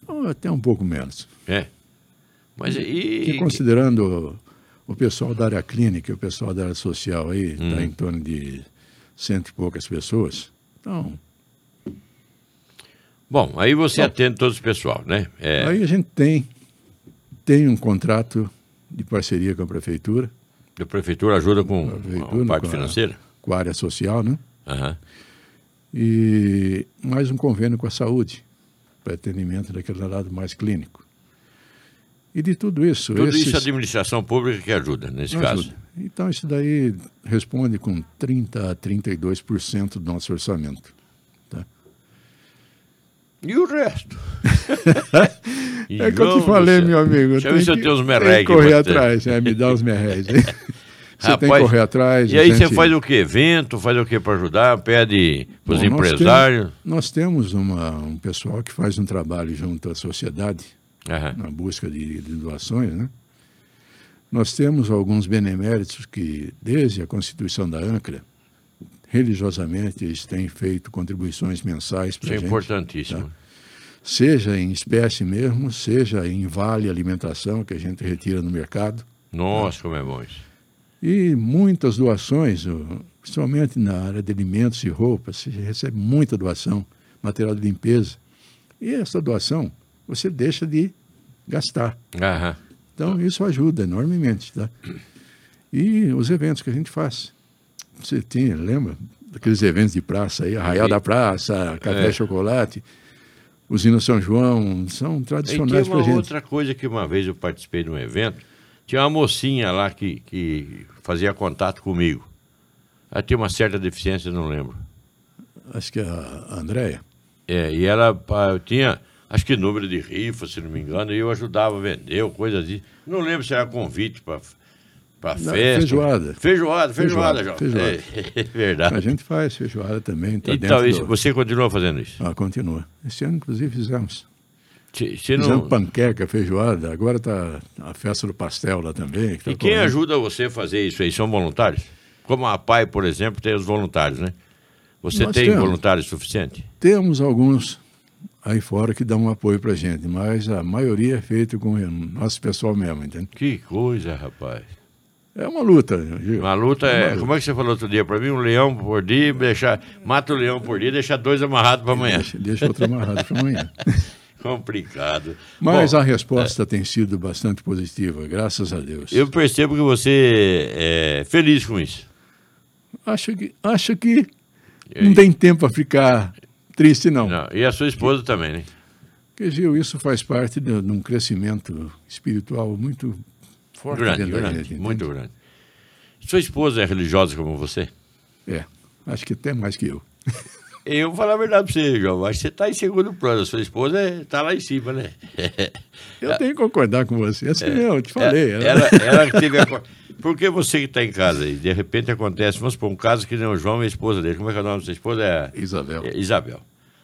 Speaker 2: Ou até um pouco menos.
Speaker 1: É. Mas
Speaker 2: E
Speaker 1: e.
Speaker 2: considerando o, o pessoal da área clínica, o pessoal da área social aí, está
Speaker 1: Hum.
Speaker 2: em torno de cento e poucas pessoas. Então,
Speaker 1: Bom, aí você atende todo o pessoal, né? É.
Speaker 2: aí a gente tem, tem um contrato de parceria com a prefeitura,
Speaker 1: A prefeitura ajuda com
Speaker 2: prefeitura,
Speaker 1: a parte
Speaker 2: com a-
Speaker 1: financeira?
Speaker 2: com a área social, né?
Speaker 1: Aham.
Speaker 2: e mais um convênio com a saúde para atendimento daquele lado mais clínico. E de tudo isso,
Speaker 1: Tudo
Speaker 2: esses-
Speaker 1: isso a administração pública que ajuda, nesse
Speaker 2: Não
Speaker 1: caso.
Speaker 2: ajuda. Então isso daí responde com 30 a 32% do nosso orçamento.
Speaker 1: E o resto?
Speaker 2: É o que eu te falei, meu amigo.
Speaker 1: Deixa eu ver
Speaker 2: tem
Speaker 1: se eu
Speaker 2: que-
Speaker 1: tenho uns
Speaker 2: tem que
Speaker 1: merregues.
Speaker 2: correr atrás, é, me dá uns merréis. né? você tem que
Speaker 1: Rapaz,
Speaker 2: correr atrás.
Speaker 1: E aí
Speaker 2: a
Speaker 1: você
Speaker 2: gente-
Speaker 1: faz o quê? Evento? Faz o quê para ajudar? Pede para os
Speaker 2: Bom, nós
Speaker 1: empresários?
Speaker 2: temos- Nós temos, uma- um pessoal que faz um trabalho junto à sociedade
Speaker 1: Aham.
Speaker 2: na busca de, de doações, né? Nós temos alguns beneméritos que, desde a constituição da ANCRA, religiosamente eles têm feito contribuições mensais
Speaker 1: Isso
Speaker 2: para
Speaker 1: é
Speaker 2: a gente. Tá.
Speaker 1: importantíssimo.
Speaker 2: seja em espécie mesmo, seja em vale alimentação que a gente retira no mercado.
Speaker 1: Nossa, como é bom isso.
Speaker 2: E muitas doações, o- principalmente na área de alimentos e roupas, se recebe muita doação, material de limpeza. E essa doação você deixa de gastar.
Speaker 1: Aham.
Speaker 2: Então isso ajuda enormemente, tá? E os eventos que a gente faz. Você tem, lembra? Daqueles eventos de praça aí, Arraial
Speaker 1: E-
Speaker 2: da Praça, Café
Speaker 1: É.
Speaker 2: Chocolate, Usina São João, são
Speaker 1: E tem
Speaker 2: tradicionais é um pra
Speaker 1: uma
Speaker 2: gente.
Speaker 1: outra coisa que uma vez eu participei de um evento, tinha uma mocinha lá que, que fazia contato comigo. Ela tinha uma certa deficiência, não lembro.
Speaker 2: Acho que é a Andréia.
Speaker 1: É, e ela pá, tinha, acho que número de rifa, se não me engano, e eu ajudava a vender, ou coisa assim. Não lembro se era convite para para festa.
Speaker 2: Não, feijoada.
Speaker 1: Feijoada, feijoada,
Speaker 2: Feijoada,
Speaker 1: João.
Speaker 2: feijoada.
Speaker 1: É, é verdade.
Speaker 2: A gente faz feijoada também. Tá
Speaker 1: então,
Speaker 2: dentro
Speaker 1: isso,
Speaker 2: do-
Speaker 1: você continua fazendo isso?
Speaker 2: Ah, continua. Esse ano, inclusive, fizemos.
Speaker 1: Se- se não-
Speaker 2: Fizemos panqueca, feijoada. Agora está a festa do pastel lá também. que tá
Speaker 1: E quem
Speaker 2: correndo.
Speaker 1: ajuda você a fazer isso aí? São voluntários? Como a PAI, por exemplo, tem os voluntários, né? Você
Speaker 2: Nós
Speaker 1: tem
Speaker 2: temos.
Speaker 1: voluntários suficiente?
Speaker 2: Temos alguns aí fora que dão um apoio para gente, mas a maioria é feito com o nosso pessoal mesmo, entende?
Speaker 1: Que coisa, rapaz.
Speaker 2: É uma luta, Gil.
Speaker 1: Uma luta
Speaker 2: Uma
Speaker 1: é.
Speaker 2: luta.
Speaker 1: Como é que você falou outro dia? Para mim, um leão por dia, deixar. Mata o leão por dia e deixar dois amarrados para amanhã.
Speaker 2: Deixa, deixa outro amarrado para amanhã.
Speaker 1: Complicado.
Speaker 2: Mas
Speaker 1: Bom, é.
Speaker 2: a resposta tem sido bastante positiva, graças a Deus.
Speaker 1: eu percebo que você é feliz com isso.
Speaker 2: Acho que, acho que não tem tempo para ficar triste, não.
Speaker 1: Não, E a sua esposa também, né?
Speaker 2: Porque, Gil, isso faz parte de, de um crescimento espiritual muito forte
Speaker 1: Grande,
Speaker 2: dentro da
Speaker 1: grande.
Speaker 2: gente.
Speaker 1: muito
Speaker 2: entende?
Speaker 1: grande. Sua esposa é religiosa como você?
Speaker 2: É, acho que até mais que eu.
Speaker 1: Eu vou falar a verdade pra você, João. Acho que você tá em segundo plano. A sua esposa tá lá em cima, né?
Speaker 2: Eu tenho que concordar com você. Assim, não, eu te falei.
Speaker 1: É. Ela, ela, ela que teve a... co- Por que você que tá em casa aí, de repente acontece, vamos supor, um caso que nem o João e a esposa dele. Como é que é o nome da sua esposa? É...
Speaker 2: Isabel.
Speaker 1: é Isabel.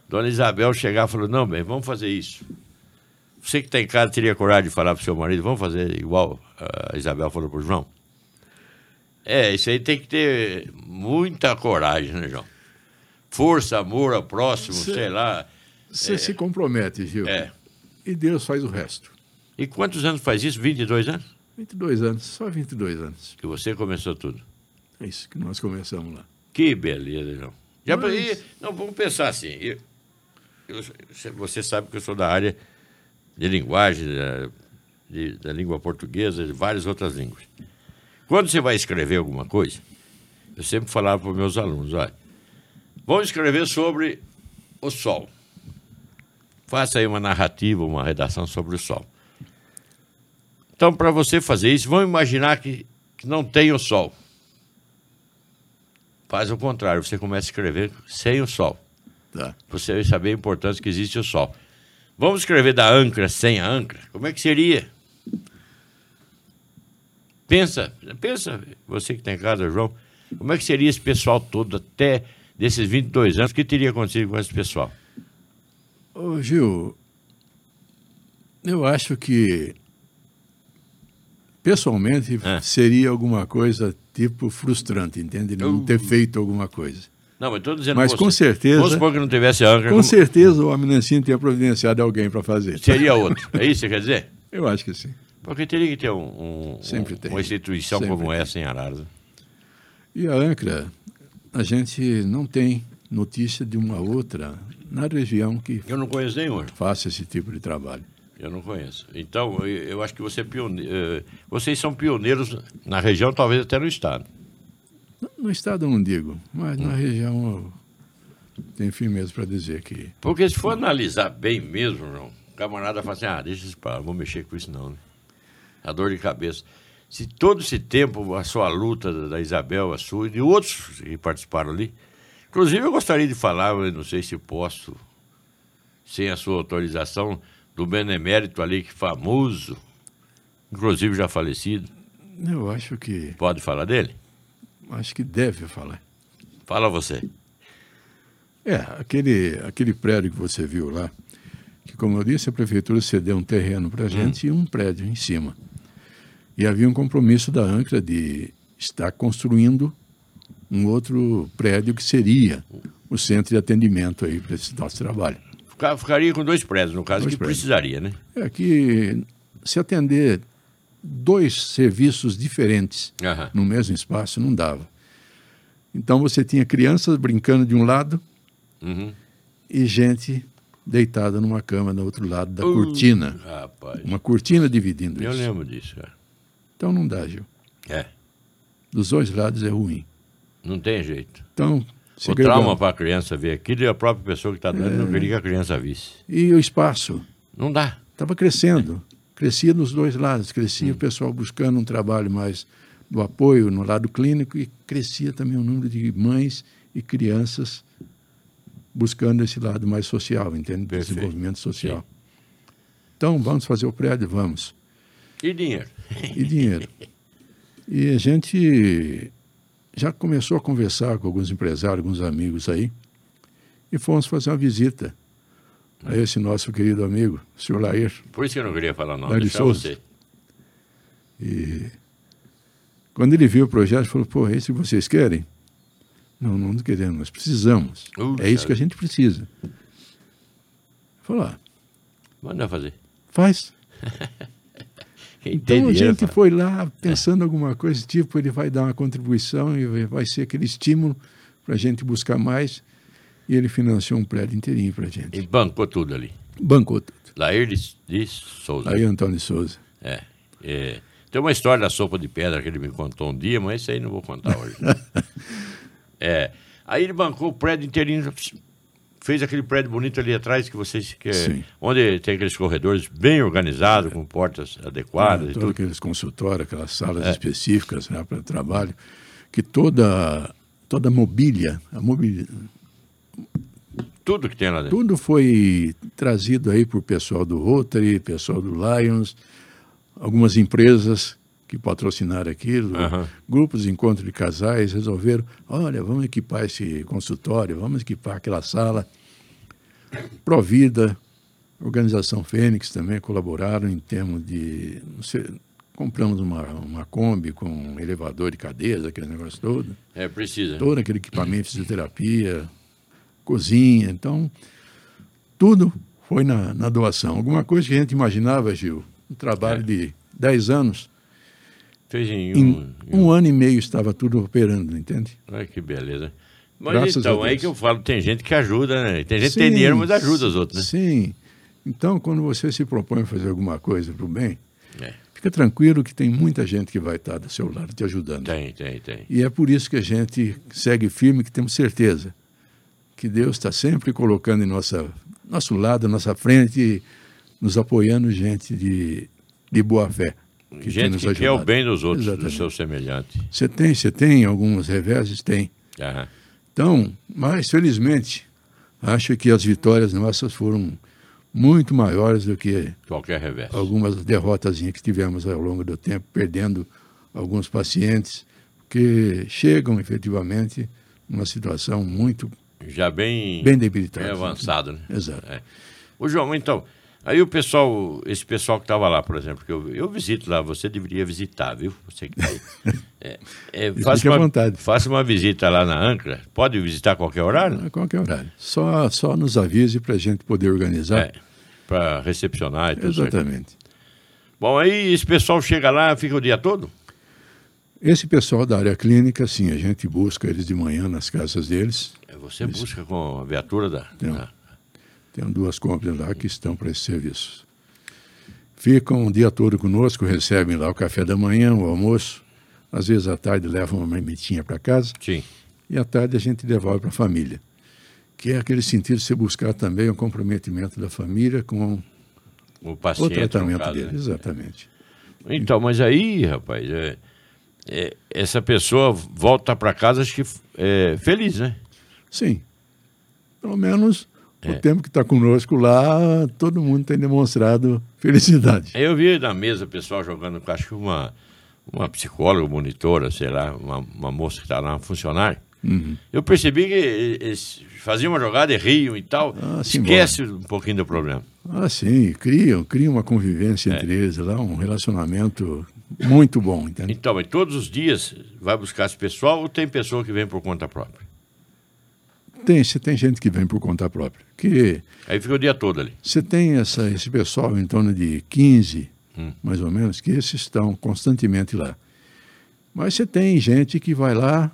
Speaker 1: Dona Isabel chegar e falou, não, bem, vamos fazer isso. Você que tá em casa teria coragem de falar pro seu marido, vamos fazer igual a Isabel falou pro João? É, isso aí tem que ter muita coragem, né, João? Força, amor ao próximo,
Speaker 2: Sim.
Speaker 1: sei lá.
Speaker 2: Você se compromete, Gil.
Speaker 1: É.
Speaker 2: E Deus faz o resto.
Speaker 1: E quantos anos faz isso? 22 anos?
Speaker 2: 22 anos, só 22 anos.
Speaker 1: Que você começou tudo.
Speaker 2: É isso que nós começamos lá.
Speaker 1: Que beleza, João. Já
Speaker 2: Mas-
Speaker 1: aí, não, vamos pensar assim. eu- eu- cê- você sabe que eu sou da área de linguagem, da, de- da língua portuguesa, de várias outras línguas. Quando você vai escrever alguma coisa, eu sempre falava para os meus alunos, olha, vamos escrever sobre o sol. Faça aí uma narrativa, uma redação sobre o sol. Então, para você fazer isso, vamos imaginar que, que não tem o sol. Faz o contrário, você começa a escrever sem o sol.
Speaker 2: Tá.
Speaker 1: Você vai saber a importância que existe o sol. Vamos escrever da âncora sem a âncora? Como é que seria? Pensa, pensa, você que tem em casa, João, como é que seria esse pessoal todo até desses 22 anos? O que teria acontecido com esse pessoal?
Speaker 2: Ô, Gil, eu acho que, pessoalmente,
Speaker 1: Ah.
Speaker 2: seria alguma coisa tipo frustrante, entende? Não
Speaker 1: Eu-
Speaker 2: ter feito alguma coisa.
Speaker 1: Não, mas estou dizendo
Speaker 2: Mas
Speaker 1: você.
Speaker 2: com certeza-
Speaker 1: Vamos supor que não tivesse âncora.
Speaker 2: Com
Speaker 1: como-
Speaker 2: certeza o Amnencinho tinha providenciado alguém para fazer.
Speaker 1: Seria outro. É isso que você quer dizer?
Speaker 2: Eu acho que sim.
Speaker 1: Porque teria que ter um, um-
Speaker 2: Sempre
Speaker 1: um-
Speaker 2: tem.
Speaker 1: uma instituição
Speaker 2: Sempre
Speaker 1: como
Speaker 2: tem.
Speaker 1: essa em Arara.
Speaker 2: E a Ancra, a gente não tem notícia de uma outra na região que
Speaker 1: Eu não conheço nenhuma.
Speaker 2: faça esse tipo de trabalho.
Speaker 1: Eu não conheço. Então, eu, eu acho que você é pione- eh, vocês são pioneiros na região, talvez até no Estado.
Speaker 2: No estado eu não digo, mas na região eu tenho firmeza para dizer que
Speaker 1: Porque se for analisar bem mesmo, João, o camarada fala assim, ah, deixa isso para, não vou mexer com isso não, né? A dor de cabeça. Se todo esse tempo, a sua luta, da- da Isabel, a sua e de outros que participaram ali, inclusive eu gostaria de falar, eu não sei se posso, sem a sua autorização, do benemérito ali, que é famoso, inclusive já falecido,
Speaker 2: eu acho que
Speaker 1: pode falar dele?
Speaker 2: acho que deve falar.
Speaker 1: Fala você.
Speaker 2: É, aquele, aquele prédio que você viu lá, que, como eu disse, a prefeitura cedeu um terreno para a gente e um prédio em cima. E havia um compromisso da ANCRA de estar construindo um outro prédio que seria o centro de atendimento aí para esse nosso trabalho.
Speaker 1: Fica- Ficaria com dois prédios, no caso,
Speaker 2: Dois
Speaker 1: que
Speaker 2: prédios.
Speaker 1: precisaria, né?
Speaker 2: É que se atender dois serviços diferentes
Speaker 1: Aham.
Speaker 2: no mesmo espaço não dava. Então você tinha crianças brincando de um lado
Speaker 1: Uhum.
Speaker 2: e gente deitada numa cama do outro lado da cortina.
Speaker 1: Rapaz,
Speaker 2: Uma cortina dividindo
Speaker 1: Uh. eu
Speaker 2: isso.
Speaker 1: lembro disso, cara.
Speaker 2: Então não dá, Gil.
Speaker 1: É.
Speaker 2: Dos dois lados é ruim.
Speaker 1: Não tem jeito.
Speaker 2: Então,
Speaker 1: o
Speaker 2: segregamos.
Speaker 1: trauma para a criança ver aquilo e a própria pessoa que está dando
Speaker 2: É.
Speaker 1: não queria que a criança visse.
Speaker 2: E o espaço
Speaker 1: Não dá.
Speaker 2: estava crescendo. Crescia nos dois lados. Crescia o pessoal buscando um trabalho mais do apoio no lado clínico e crescia também o número de mães e crianças buscando esse lado mais social, entende?
Speaker 1: Perfeito.
Speaker 2: Desenvolvimento social. Então, vamos fazer o prédio? Vamos.
Speaker 1: E dinheiro?
Speaker 2: e dinheiro. E a gente já começou a conversar com alguns empresários, alguns amigos aí, e fomos fazer uma visita a esse nosso querido amigo, o senhor Laer.
Speaker 1: Por isso que eu não queria falar não.
Speaker 2: Dário
Speaker 1: Deixar
Speaker 2: Souza.
Speaker 1: você.
Speaker 2: Quando ele viu o projeto, falou: pô, é isso que vocês querem? Não, não queremos, nós precisamos.
Speaker 1: Puxa
Speaker 2: é isso que a gente precisa. Falou: ah,
Speaker 1: Manda fazer.
Speaker 2: faz.
Speaker 1: Quem tem
Speaker 2: Então a
Speaker 1: dinheiro,
Speaker 2: gente
Speaker 1: fala.
Speaker 2: foi lá pensando alguma coisa, tipo, ele vai dar uma contribuição e vai ser aquele estímulo para a gente buscar mais. E ele financiou um prédio inteirinho para a gente.
Speaker 1: E bancou tudo ali.
Speaker 2: Bancou tudo.
Speaker 1: Lair de, de Souza.
Speaker 2: Aí Antônio Souza.
Speaker 1: É. É. Tem uma história da sopa de pedra que ele me contou um dia, mas isso aí não vou contar hoje. é. Aí ele bancou o prédio inteirinho, fez aquele prédio bonito ali atrás que vocês que é-
Speaker 2: Sim.
Speaker 1: onde tem aqueles corredores bem organizados, com portas adequadas e
Speaker 2: Todos
Speaker 1: tudo. É.
Speaker 2: aqueles consultórios, aquelas salas específicas né, para trabalho, que toda toda a mobília, a mobília,
Speaker 1: Tudo que tem lá dentro.
Speaker 2: tudo foi trazido aí por pessoal do Rotary, pessoal do Lions, algumas empresas que patrocinaram aquilo,
Speaker 1: Aham.
Speaker 2: grupos de encontro de casais resolveram, olha, vamos equipar esse consultório, vamos equipar aquela sala. Provida, Organização Fênix também colaboraram em termos de, não sei, compramos uma, uma Kombi com um elevador de cadeias, aquele negócio todo
Speaker 1: É, precisa.
Speaker 2: todo aquele equipamento de fisioterapia, cozinha, então tudo foi na, na doação. Alguma coisa que a gente imaginava, Gil, um trabalho de 10 anos,
Speaker 1: Fez em
Speaker 2: em
Speaker 1: um. em um-
Speaker 2: um ano e meio estava tudo operando, entende?
Speaker 1: Olha que beleza. Mas
Speaker 2: Graças a
Speaker 1: então,
Speaker 2: Deus.
Speaker 1: é aí que eu falo, tem gente que ajuda, né? Tem gente que tem dinheiro, mas ajuda os outros, né?
Speaker 2: Sim. Então, quando você se propõe a fazer alguma coisa para o bem,
Speaker 1: né? É.
Speaker 2: fica tranquilo que tem muita gente que vai estar do seu lado te ajudando.
Speaker 1: Tem, tem, tem.
Speaker 2: E é por isso que a gente segue firme, que temos certeza que Deus está sempre colocando em nossa, nosso lado, à nossa frente, nos apoiando gente de, de boa fé. tem
Speaker 1: gente
Speaker 2: nos
Speaker 1: que quer o
Speaker 2: ajudado.
Speaker 1: bem dos outros, do
Speaker 2: Exatamente.
Speaker 1: seu semelhante.
Speaker 2: Você tem, você tem alguns reveses? Tem.
Speaker 1: Aham.
Speaker 2: Então, mas felizmente, acho que as vitórias nossas foram muito maiores do que
Speaker 1: Qualquer revés.
Speaker 2: algumas derrotas que tivemos ao longo do tempo, perdendo alguns pacientes que chegam efetivamente numa situação muito
Speaker 1: Já bem,
Speaker 2: bem debilitada.
Speaker 1: bem avançado, né?
Speaker 2: Exato.
Speaker 1: É. Ô, João, então, aí o pessoal, esse pessoal que estava lá, por exemplo, que eu, eu visito lá, você deveria visitar, viu? Você que tá aí. É, é,
Speaker 2: Fique
Speaker 1: faça,
Speaker 2: à
Speaker 1: uma,
Speaker 2: vontade.
Speaker 1: faça uma visita lá na Ancra. Pode visitar a qualquer horário?
Speaker 2: A qualquer horário. Só, só nos avise para a gente poder
Speaker 1: É,
Speaker 2: organizar.
Speaker 1: Para recepcionar e tudo certo.
Speaker 2: Exatamente.
Speaker 1: Bom, aí esse pessoal chega lá, fica o dia todo?
Speaker 2: Esse pessoal da área clínica, sim, a gente busca eles de manhã nas casas deles.
Speaker 1: É, Você busca com a viatura da.
Speaker 2: Não.
Speaker 1: da-
Speaker 2: Tem duas compras lá que estão para esse serviço. Ficam o dia todo conosco, recebem lá o café da manhã, o almoço. Às vezes à tarde levam uma marmitinha para casa
Speaker 1: Sim.
Speaker 2: e à tarde a gente devolve para a família. Que é aquele sentido de você buscar também o comprometimento da família com
Speaker 1: O
Speaker 2: o
Speaker 1: paciente. no
Speaker 2: tratamento
Speaker 1: caso,
Speaker 2: dele.
Speaker 1: né?
Speaker 2: Exatamente.
Speaker 1: Então, mas aí, rapaz, é- é- essa pessoa volta para casa, acho que é, feliz, né?
Speaker 2: Sim. Pelo menos
Speaker 1: É.
Speaker 2: o tempo que está conosco lá, todo mundo tem demonstrado felicidade.
Speaker 1: Eu vi na mesa o pessoal jogando, com, acho que uma, uma psicóloga, monitora, sei lá, uma, uma moça que está lá, uma funcionária.
Speaker 2: Uhum.
Speaker 1: Eu percebi que eles faziam uma jogada e riam e tal.
Speaker 2: Ah, simbora.
Speaker 1: Esquece um pouquinho do problema.
Speaker 2: Ah, sim, criam, criam uma convivência entre eles lá, um relacionamento muito bom, entende?
Speaker 1: Então, mas todos os dias vai buscar esse pessoal ou tem pessoa que vem por conta própria?
Speaker 2: Tem, você tem gente que vem por conta própria, que
Speaker 1: Aí fica o dia todo ali.
Speaker 2: você tem essa, esse pessoal em torno de 15,
Speaker 1: Hum.
Speaker 2: mais ou menos, que esses estão constantemente lá. Mas você tem gente que vai lá,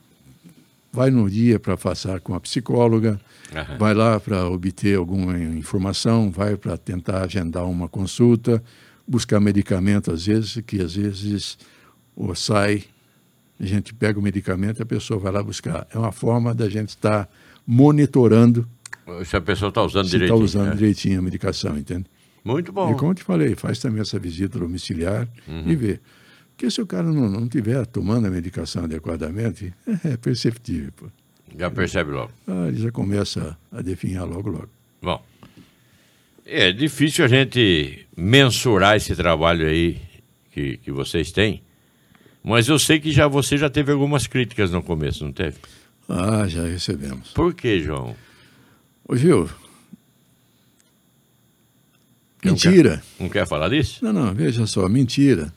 Speaker 2: vai no dia para passar com a psicóloga,
Speaker 1: Aham.
Speaker 2: vai lá para obter alguma informação, vai para tentar agendar uma consulta, buscar medicamento às vezes, que às vezes ou sai, a gente pega o medicamento e a pessoa vai lá buscar. É uma forma da gente estar monitorando
Speaker 1: Se a pessoa está usando
Speaker 2: se está
Speaker 1: direitinho.
Speaker 2: usando
Speaker 1: né?
Speaker 2: direitinho a medicação, entende?
Speaker 1: Muito
Speaker 2: E
Speaker 1: bom.
Speaker 2: como eu te falei, faz também essa visita domiciliar
Speaker 1: Uhum.
Speaker 2: e vê. Porque se o cara não, não tiver tomando a medicação adequadamente, é perceptível. Pô.
Speaker 1: Já percebe logo.
Speaker 2: Ah, ele já começa a definhar logo, logo.
Speaker 1: Bom, é difícil a gente mensurar esse trabalho aí que, que vocês têm, mas eu sei que já você já teve algumas críticas no começo, não teve?
Speaker 2: Ah, já recebemos.
Speaker 1: Por quê, João?
Speaker 2: Ô, Gil.
Speaker 1: Eu
Speaker 2: Mentira.
Speaker 1: Não quer falar disso?
Speaker 2: Não, não, veja só, mentira.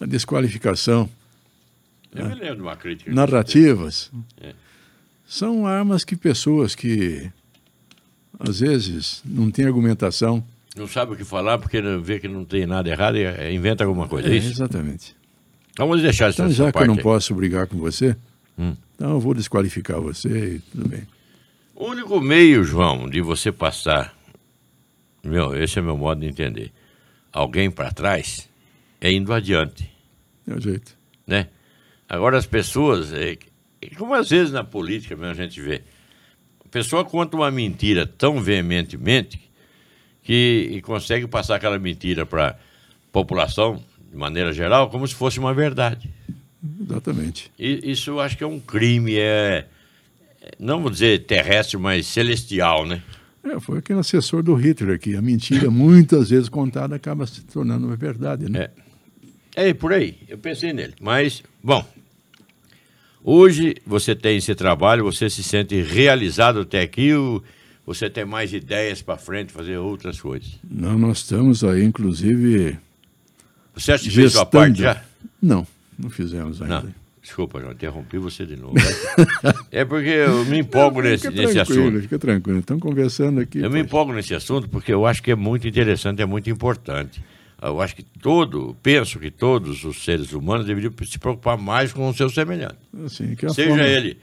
Speaker 2: A desqualificação,
Speaker 1: Eu me lembro de uma crítica.
Speaker 2: narrativas,
Speaker 1: É.
Speaker 2: são armas que pessoas que, às vezes, não têm argumentação.
Speaker 1: Não sabe o que falar porque não- vê que não tem nada errado e é, inventa alguma coisa.
Speaker 2: É,
Speaker 1: É isso?
Speaker 2: exatamente.
Speaker 1: Vamos deixar essa,
Speaker 2: Então, já
Speaker 1: essa
Speaker 2: que eu
Speaker 1: parte
Speaker 2: não
Speaker 1: aí.
Speaker 2: posso brigar com você,
Speaker 1: Hum.
Speaker 2: então eu vou desqualificar você e tudo bem.
Speaker 1: O único meio, João, de você passar, meu, esse é meu modo de entender, alguém para trás é indo adiante.
Speaker 2: É o jeito.
Speaker 1: né? Agora as pessoas, é, é como às vezes na política mesmo a gente vê, a pessoa conta uma mentira tão veementemente que e consegue passar aquela mentira para população, de maneira geral, como se fosse uma verdade.
Speaker 2: Exatamente.
Speaker 1: E isso eu acho que é um crime, é, é, não vou dizer terrestre, mas celestial, né?
Speaker 2: É, foi aquele assessor do Hitler que a mentira, muitas vezes contada, acaba se tornando uma verdade, né?
Speaker 1: É. É por aí, eu pensei nele. Mas, bom, hoje você tem esse trabalho, você se sente realizado até aqui, o- você tem mais ideias para frente, fazer outras coisas.
Speaker 2: Não, nós estamos aí, inclusive,
Speaker 1: Você acha que fez sua
Speaker 2: gestando.
Speaker 1: parte já?
Speaker 2: Não, não fizemos ainda.
Speaker 1: Não, desculpa, João, interrompi você de novo. é porque eu me empolgo nesse,
Speaker 2: fica
Speaker 1: nesse
Speaker 2: tranquilo,
Speaker 1: assunto.
Speaker 2: Fica tranquilo, estamos conversando aqui.
Speaker 1: Eu me
Speaker 2: poxa.
Speaker 1: empolgo nesse assunto porque eu acho que é muito interessante, é muito importante. Eu acho que todo, penso que todos os seres humanos deveriam se preocupar mais com o seu semelhante.
Speaker 2: Assim, que é a
Speaker 1: Seja
Speaker 2: forma-
Speaker 1: ele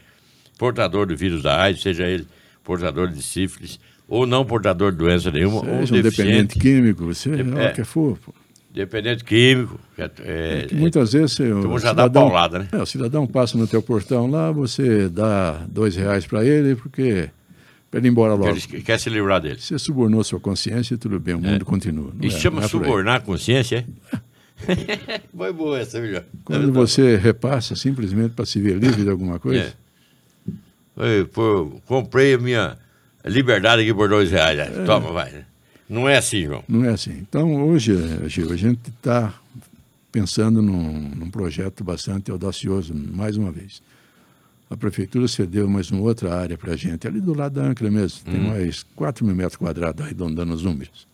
Speaker 1: portador do vírus da AIDS, seja ele portador de sífilis, ou não portador de doença nenhuma, ou
Speaker 2: Seja um dependente
Speaker 1: deficiente,
Speaker 2: químico, seja
Speaker 1: Dep-
Speaker 2: lá
Speaker 1: é.
Speaker 2: o que for. pô.
Speaker 1: dependente químico. que é- é-
Speaker 2: Que muitas vezes você,
Speaker 1: Então
Speaker 2: o
Speaker 1: já dá paulada, né?
Speaker 2: É, o cidadão passa no teu portão lá, você dá dois reais para ele, porque para ele ir embora
Speaker 1: que
Speaker 2: logo.
Speaker 1: eles que- quer se livrar dele.
Speaker 2: Você subornou sua consciência e tudo bem, o mundo continua. não
Speaker 1: Isso
Speaker 2: é-
Speaker 1: chama
Speaker 2: não é por aí.
Speaker 1: subornar a consciência, é? Foi boa essa, melhor.
Speaker 2: Quando você repassa simplesmente para se ver livre de alguma
Speaker 1: É.
Speaker 2: coisa,
Speaker 1: comprei a minha liberdade aqui por dois reais. né?
Speaker 2: É.
Speaker 1: Toma, vai. Não é assim, João.
Speaker 2: não é assim. Então, hoje, eh, Gil, a gente está pensando num, num projeto bastante audacioso, mais uma vez. a prefeitura cedeu mais uma outra área para a gente, ali do lado da Ancra mesmo, tem mais 4 mil metros quadrados, arredondando os números.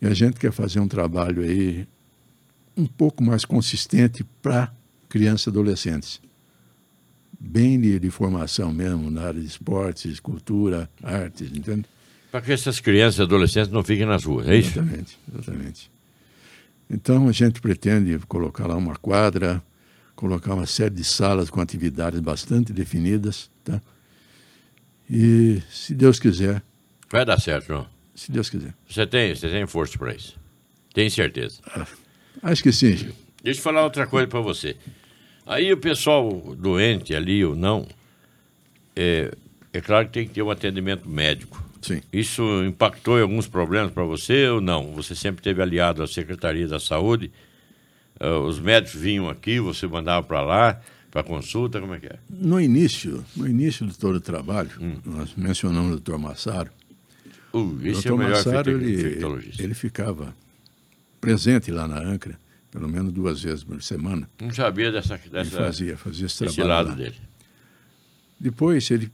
Speaker 2: E a gente quer fazer um trabalho aí um pouco mais consistente para crianças e adolescentes. Bem de, de formação mesmo, na área de esportes, cultura, artes, entende?
Speaker 1: Para que essas crianças e adolescentes não fiquem nas ruas, é isso?
Speaker 2: Exatamente, exatamente. Então a gente pretende colocar lá uma quadra, colocar uma série de salas com atividades bastante definidas, tá? E se Deus quiser,
Speaker 1: Vai dar certo, João.
Speaker 2: se Deus quiser.
Speaker 1: Você tem, você tem força para isso. Tenho certeza.
Speaker 2: Acho que sim, Gil.
Speaker 1: Deixa eu falar outra coisa para você. Aí o pessoal doente ali ou não, é, é claro que tem que ter um atendimento médico.
Speaker 2: Sim.
Speaker 1: Isso impactou em alguns problemas para você ou não? Você sempre teve aliado à Secretaria da Saúde. ah, os médicos vinham aqui, você mandava para lá, para consulta, como é que é?
Speaker 2: No início, no início de todo o trabalho, nós mencionamos o Dr. Massaro.
Speaker 1: Uh,
Speaker 2: O
Speaker 1: Hum. esse
Speaker 2: Dr.
Speaker 1: é o melhor
Speaker 2: Massaro,
Speaker 1: infecto-
Speaker 2: ele,
Speaker 1: infectologista.
Speaker 2: ele ficava presente lá na Ancra, pelo menos duas vezes por semana,
Speaker 1: Não sabia dessa,
Speaker 2: e
Speaker 1: dessa,
Speaker 2: fazia, fazia esse
Speaker 1: desse
Speaker 2: trabalho
Speaker 1: lado
Speaker 2: lá.
Speaker 1: dele.
Speaker 2: Depois ele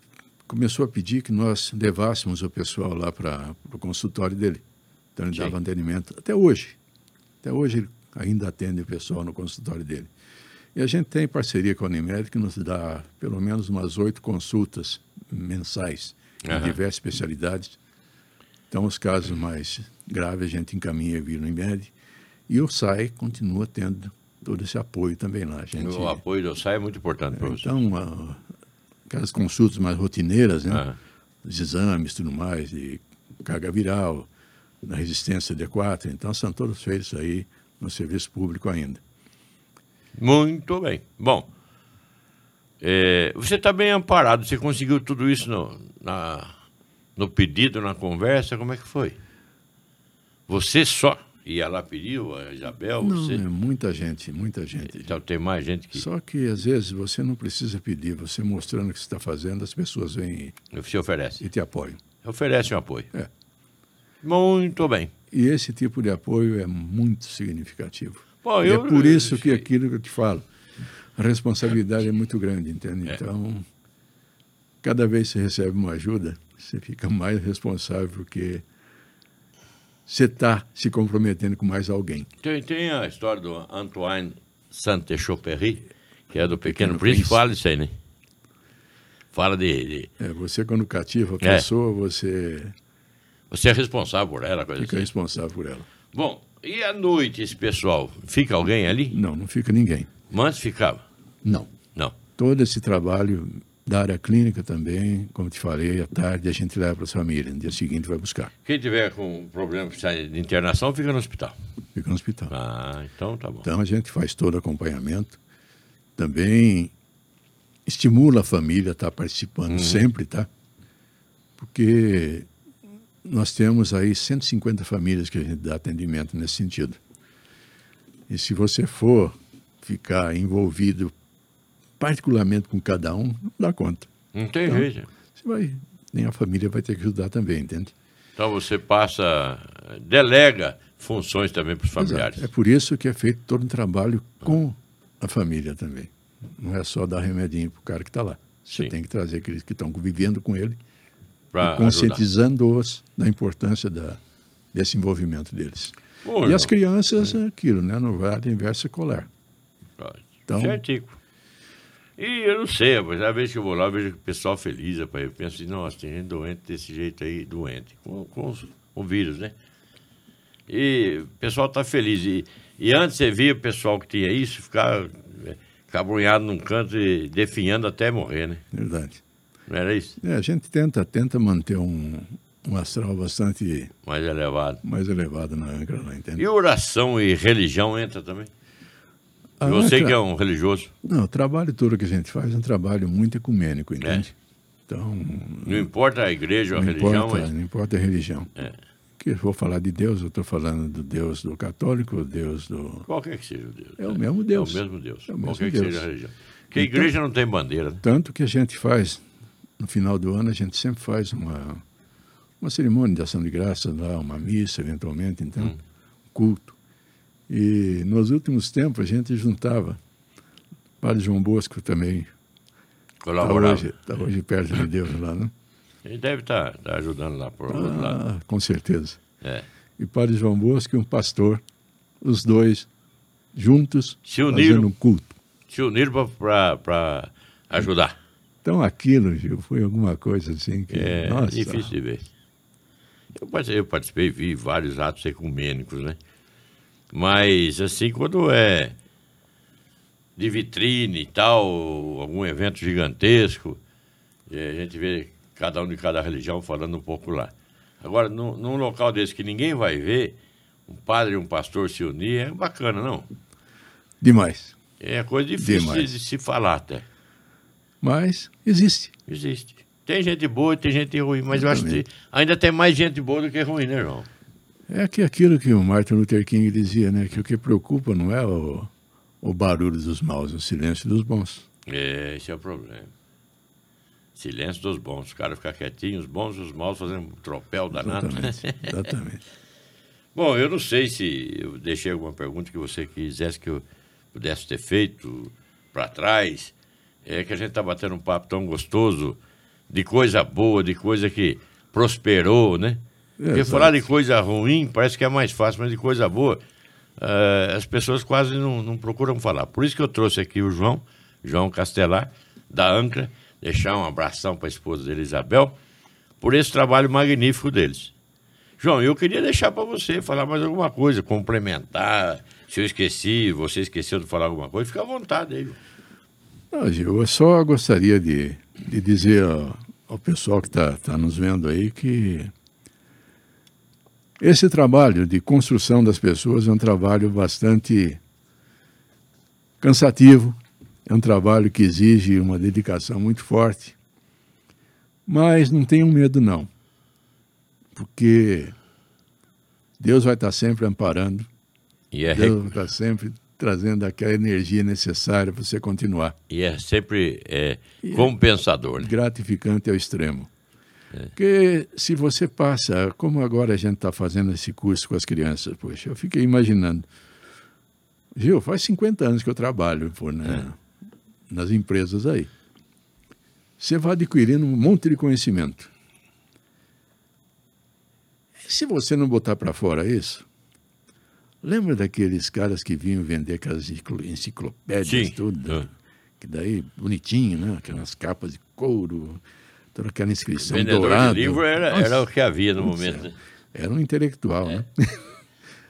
Speaker 2: começou a pedir que nós levássemos o pessoal lá para o consultório dele. Então ele
Speaker 1: Sim.
Speaker 2: dava atendimento até hoje. Até hoje ele ainda atende o pessoal no consultório dele. E a gente tem parceria com a Unimed que nos dá pelo menos umas oito consultas mensais em
Speaker 1: Aham.
Speaker 2: diversas especialidades. Então os casos mais graves a gente encaminha via Unimed e o SAI continua tendo todo esse apoio também lá. A gente
Speaker 1: O apoio do SAI é muito importante para você.
Speaker 2: então, a- aquelas consultas mais rotineiras, né?
Speaker 1: Ah.
Speaker 2: Os exames, tudo mais, de carga viral, da resistência D4. Então, são todos feitos aí no serviço público ainda.
Speaker 1: Muito bem. Bom, é, você está bem amparado. Você conseguiu tudo isso no, na- no pedido, na conversa? Como é que foi? Você só ia lá pediu, a Isabel?
Speaker 2: Não,
Speaker 1: você...
Speaker 2: é muita gente, muita gente.
Speaker 1: Então tem mais gente que...
Speaker 2: Só que, às vezes, você não precisa pedir. Você mostrando o que você está fazendo, as pessoas vêm
Speaker 1: Se oferece.
Speaker 2: e te apoiam.
Speaker 1: Oferece um apoio.
Speaker 2: É.
Speaker 1: Muito bem.
Speaker 2: E esse tipo de apoio é muito significativo.
Speaker 1: Bom,
Speaker 2: E
Speaker 1: eu-
Speaker 2: é por isso que aquilo que eu te falo, a responsabilidade é muito grande, entende?
Speaker 1: É.
Speaker 2: Então, cada vez que você recebe uma ajuda, você fica mais responsável porque você está se comprometendo com mais alguém.
Speaker 1: Tem, tem a história do Antoine Saint-Exupéry, que é do Pequeno,
Speaker 2: Pequeno
Speaker 1: Príncipe.
Speaker 2: Príncipe.
Speaker 1: Fala isso aí, né? Fala de... de-
Speaker 2: É, você, quando cativa a
Speaker 1: É.
Speaker 2: pessoa, você
Speaker 1: Você é responsável por ela, coisa
Speaker 2: fica
Speaker 1: assim.
Speaker 2: responsável por ela.
Speaker 1: Bom, e à noite esse pessoal? Fica alguém ali?
Speaker 2: Não, não fica ninguém.
Speaker 1: Mas ficava?
Speaker 2: Não.
Speaker 1: Não.
Speaker 2: Todo esse trabalho da área clínica também, como te falei, à tarde a gente leva para as famílias, no dia seguinte vai buscar.
Speaker 1: Quem tiver com problema precisa de internação, fica no hospital.
Speaker 2: Fica no hospital.
Speaker 1: Ah, então tá bom.
Speaker 2: Então a gente faz todo o acompanhamento, também estimula a família a estar participando sempre, tá? Porque nós temos aí 150 famílias que a gente dá atendimento nesse sentido. E se você for ficar envolvido particularmente com cada um, não dá conta.
Speaker 1: Não tem
Speaker 2: Então-
Speaker 1: jeito.
Speaker 2: Você vai, nem a família vai ter que ajudar também, entende?
Speaker 1: Então você passa, delega funções também para os familiares.
Speaker 2: Exato. É por isso que é feito todo um trabalho com a família também. Não é só dar remedinho para o cara que está lá. Você
Speaker 1: Sim.
Speaker 2: tem que trazer aqueles que estão vivendo com ele,
Speaker 1: Pra ajudar.
Speaker 2: conscientizando-os da importância da, desse envolvimento deles.
Speaker 1: Bom,
Speaker 2: e
Speaker 1: irmão,
Speaker 2: as crianças, é aquilo, né? No vale inverso escolar.
Speaker 1: tá.
Speaker 2: Então-
Speaker 1: Certico. E eu não sei, mas a vez que eu vou lá, eu vejo o pessoal feliz, rapaz. Eu penso assim, nossa, tem gente doente desse jeito aí, doente, com, com os- o vírus, né? E o pessoal tá feliz. E, e antes você via o pessoal que tinha isso ficar eh, cabrunhado num canto e definhando até morrer, né?
Speaker 2: Verdade.
Speaker 1: Não era isso?
Speaker 2: É, a gente tenta, tenta manter um, um astral bastante
Speaker 1: Mais elevado.
Speaker 2: mais elevado na Angra, lá, entende?
Speaker 1: E oração e religião entra também?
Speaker 2: A
Speaker 1: E você
Speaker 2: Angra-
Speaker 1: que é um religioso,
Speaker 2: Não, o trabalho todo que a gente faz é um trabalho muito ecumênico, entende?
Speaker 1: É.
Speaker 2: Então,
Speaker 1: não importa a igreja ou a
Speaker 2: Não
Speaker 1: religião,
Speaker 2: importa,
Speaker 1: mas...
Speaker 2: não importa a religião.
Speaker 1: É.
Speaker 2: Que eu vou falar de Deus, eu estou falando do Deus do católico, o Deus do.
Speaker 1: Qualquer que seja o Deus.
Speaker 2: É o
Speaker 1: né?
Speaker 2: mesmo Deus.
Speaker 1: É o mesmo Deus.
Speaker 2: É o mesmo
Speaker 1: Qualquer que
Speaker 2: Deus.
Speaker 1: seja a religião. Porque a
Speaker 2: Então-
Speaker 1: igreja não tem bandeira, né?
Speaker 2: Tanto que a gente faz, no final do ano, a gente sempre faz uma, uma cerimônia de ação de graças lá, uma missa, eventualmente, então,
Speaker 1: Hum.
Speaker 2: culto. E nos últimos tempos a gente juntava. Padre João Bosco também Está
Speaker 1: Colaborava.
Speaker 2: hoje, tá hoje perto de Deus lá, né?
Speaker 1: Ele deve estar ajudando lá por outro lado.
Speaker 2: Ah, com certeza.
Speaker 1: É.
Speaker 2: E padre João Bosco e um pastor, os dois juntos,
Speaker 1: Se uniram.
Speaker 2: fazendo um culto.
Speaker 1: Se uniram para ajudar.
Speaker 2: Então aquilo, Gil, foi alguma coisa assim que.
Speaker 1: É
Speaker 2: nossa,
Speaker 1: difícil de ver. Eu participei, eu participei, vi vários atos ecumênicos, né? Mas, assim, quando é de vitrine e tal, algum evento gigantesco, eh, a gente vê cada um de cada religião falando um pouco lá. Agora, num, num local desse que ninguém vai ver, um padre e um pastor se unir, é bacana, não?
Speaker 2: demais.
Speaker 1: É coisa difícil de,
Speaker 2: Demais.
Speaker 1: de se falar até.
Speaker 2: Mas existe.
Speaker 1: Existe. Tem gente boa e tem gente ruim, mas eu acho que
Speaker 2: Exatamente.
Speaker 1: ainda tem mais gente boa do que ruim, né, João?
Speaker 2: É que aquilo que o Martin Luther King dizia, né? Que o que preocupa não é o, o barulho dos maus, é o silêncio dos bons.
Speaker 1: É, esse é o problema. Silêncio dos bons. Os caras ficam quietinhos, os bons e os maus fazendo um tropel danado.
Speaker 2: Exatamente. Exatamente.
Speaker 1: Bom, eu não sei se eu deixei alguma pergunta que você quisesse que eu pudesse ter feito para trás. É que a gente está batendo um papo tão gostoso de coisa boa, de coisa que prosperou, né? Porque
Speaker 2: Exato.
Speaker 1: falar de coisa ruim parece que é mais fácil, mas de coisa boa eh, as pessoas quase não, não procuram falar. Por isso que eu trouxe aqui o João, João Castelar, da Ancra, deixar um abração para a esposa dele, Isabel, por esse trabalho magnífico deles. João, eu queria deixar para você falar mais alguma coisa, complementar. Se eu esqueci, você esqueceu de falar alguma coisa, fica à vontade aí. João.
Speaker 2: Não, Ah, Gil, eu só gostaria de, de dizer ao, ao pessoal que está tá nos vendo aí que esse trabalho de construção das pessoas é um trabalho bastante cansativo, é um trabalho que exige uma dedicação muito forte. Mas não tenham medo, não, porque Deus vai estar sempre amparando,
Speaker 1: E é,
Speaker 2: Deus vai estar sempre trazendo aquela energia necessária para você continuar.
Speaker 1: e é sempre é, compensador, né?
Speaker 2: gratificante ao extremo. Porque se você passa, como agora a gente está fazendo esse curso com as crianças, poxa, eu fiquei imaginando. Gil, faz 50 anos que eu trabalho pô, na- nas empresas aí. Você vai adquirindo um monte de conhecimento. Se você não botar para fora isso, lembra daqueles caras que vinham vender aquelas enciclo- enciclopédias,
Speaker 1: Sim.
Speaker 2: tudo?
Speaker 1: Ah.
Speaker 2: que daí bonitinho, né? Aquelas capas de couro, toda aquela inscrição
Speaker 1: Vendedor
Speaker 2: dourada.
Speaker 1: de livro era,
Speaker 2: Nossa,
Speaker 1: era o É. que havia no momento. né?
Speaker 2: era um intelectual, né?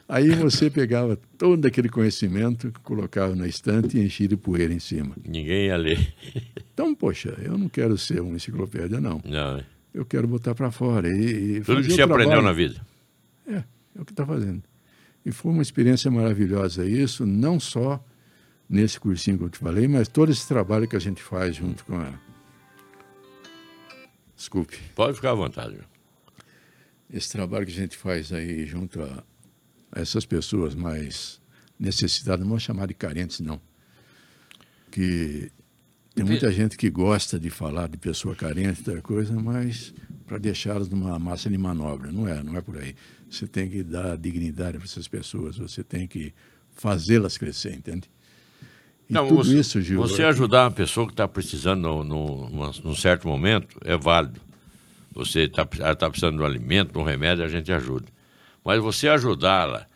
Speaker 2: Aí você pegava todo aquele conhecimento, colocava na estante e enchia de poeira em cima.
Speaker 1: Ninguém ia ler.
Speaker 2: Então, poxa, eu não quero ser uma enciclopédia, não.
Speaker 1: Não, né?
Speaker 2: Eu quero botar para fora. E, e
Speaker 1: Tudo
Speaker 2: fazer
Speaker 1: que você
Speaker 2: o trabalho.
Speaker 1: aprendeu na vida.
Speaker 2: É, é o que está fazendo. E foi uma experiência maravilhosa isso, não só nesse cursinho que eu te falei, mas todo esse trabalho que a gente faz junto com a. Desculpe.
Speaker 1: Pode ficar à vontade. João.
Speaker 2: Esse trabalho que a gente faz aí junto a essas pessoas mais necessitadas, não vou chamar de carentes, não. Que tem muita gente que gosta de falar de pessoa carente, da coisa, mas para deixá-las numa massa de manobra. Não é, não é por aí. Você tem que dar dignidade para essas pessoas, você tem que fazê-las crescer, entende? E
Speaker 1: Não,
Speaker 2: tudo
Speaker 1: você,
Speaker 2: isso, Gil. é
Speaker 1: você ajudar uma pessoa que está precisando no, no, numa- num certo momento é válido. Você está precisando de um alimento, de um remédio, a gente ajuda. Mas você ajudá-la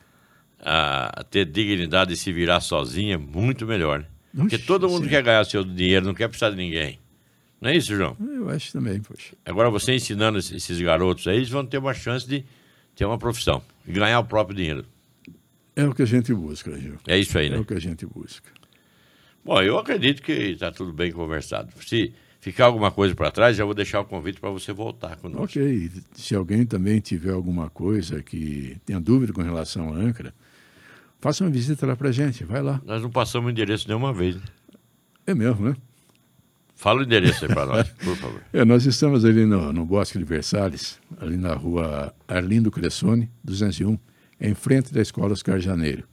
Speaker 1: a a ter dignidade e se virar sozinha é muito melhor. né? Porque
Speaker 2: Oxe,
Speaker 1: todo mundo
Speaker 2: sim.
Speaker 1: quer ganhar seu dinheiro, não quer precisar de ninguém. Não é isso, João?
Speaker 2: Eu acho também, poxa.
Speaker 1: Agora, você ensinando esses- esses garotos aí, eles vão ter uma chance de ter uma profissão e ganhar o próprio dinheiro.
Speaker 2: É o que a gente busca, Gil.
Speaker 1: É isso aí,
Speaker 2: É
Speaker 1: né?
Speaker 2: o que a gente busca.
Speaker 1: Bom, eu acredito que está tudo bem conversado. Se ficar alguma coisa para trás, já vou deixar o convite para você voltar conosco.
Speaker 2: Ok, se alguém também tiver alguma coisa que tenha dúvida com relação à âncora, faça uma visita lá pra gente, vai lá.
Speaker 1: Nós não passamos o endereço nenhuma vez. né?
Speaker 2: É mesmo, né?
Speaker 1: Fala o endereço aí para nós, por favor.
Speaker 2: É, nós estamos ali no, no Bosque de Versalhes, ali na rua Arlindo Cressone, 201, em frente da Escola Oscar Janeiro.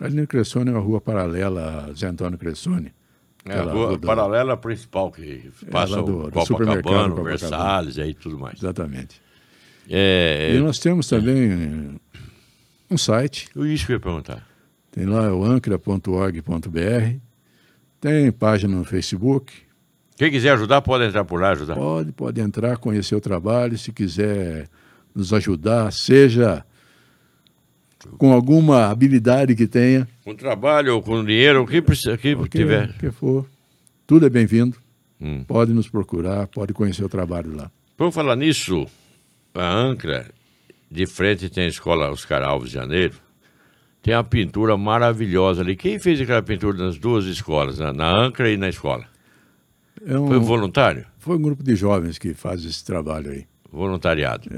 Speaker 2: Arlindo Cressone é uma rua paralela a Zé Antônio Cressone.
Speaker 1: É a
Speaker 2: Aquela
Speaker 1: rua
Speaker 2: rua do- É
Speaker 1: paralela principal que passa
Speaker 2: lá
Speaker 1: o
Speaker 2: do- do
Speaker 1: Copacabana,
Speaker 2: supermercado,
Speaker 1: o
Speaker 2: Copacabana.
Speaker 1: Versalhes aí tudo mais.
Speaker 2: Exatamente.
Speaker 1: É,
Speaker 2: E nós temos também um site,
Speaker 1: é, isso que eu ia perguntar.
Speaker 2: Tem lá o ancra.org.br. Tem página no Facebook,
Speaker 1: Quem quiser ajudar, pode entrar por lá ajudar.
Speaker 2: Pode, pode entrar, conhecer o trabalho, se quiser nos ajudar, seja com alguma habilidade que tenha,
Speaker 1: Com trabalho ou com dinheiro, o que, precisa, o que
Speaker 2: o que,
Speaker 1: tiver.
Speaker 2: que for, tudo é bem-vindo.
Speaker 1: Hum.
Speaker 2: Pode nos procurar, pode conhecer o trabalho lá.
Speaker 1: Vamos falar nisso. A Ancra, de frente tem a escola Oscar Alves de Janeiro. Tem uma pintura maravilhosa ali. Quem fez aquela pintura nas duas escolas, na, na Ancra e na escola?
Speaker 2: É um-
Speaker 1: Foi voluntário?
Speaker 2: foi um grupo de jovens que faz esse trabalho aí. É,
Speaker 1: Voluntariado.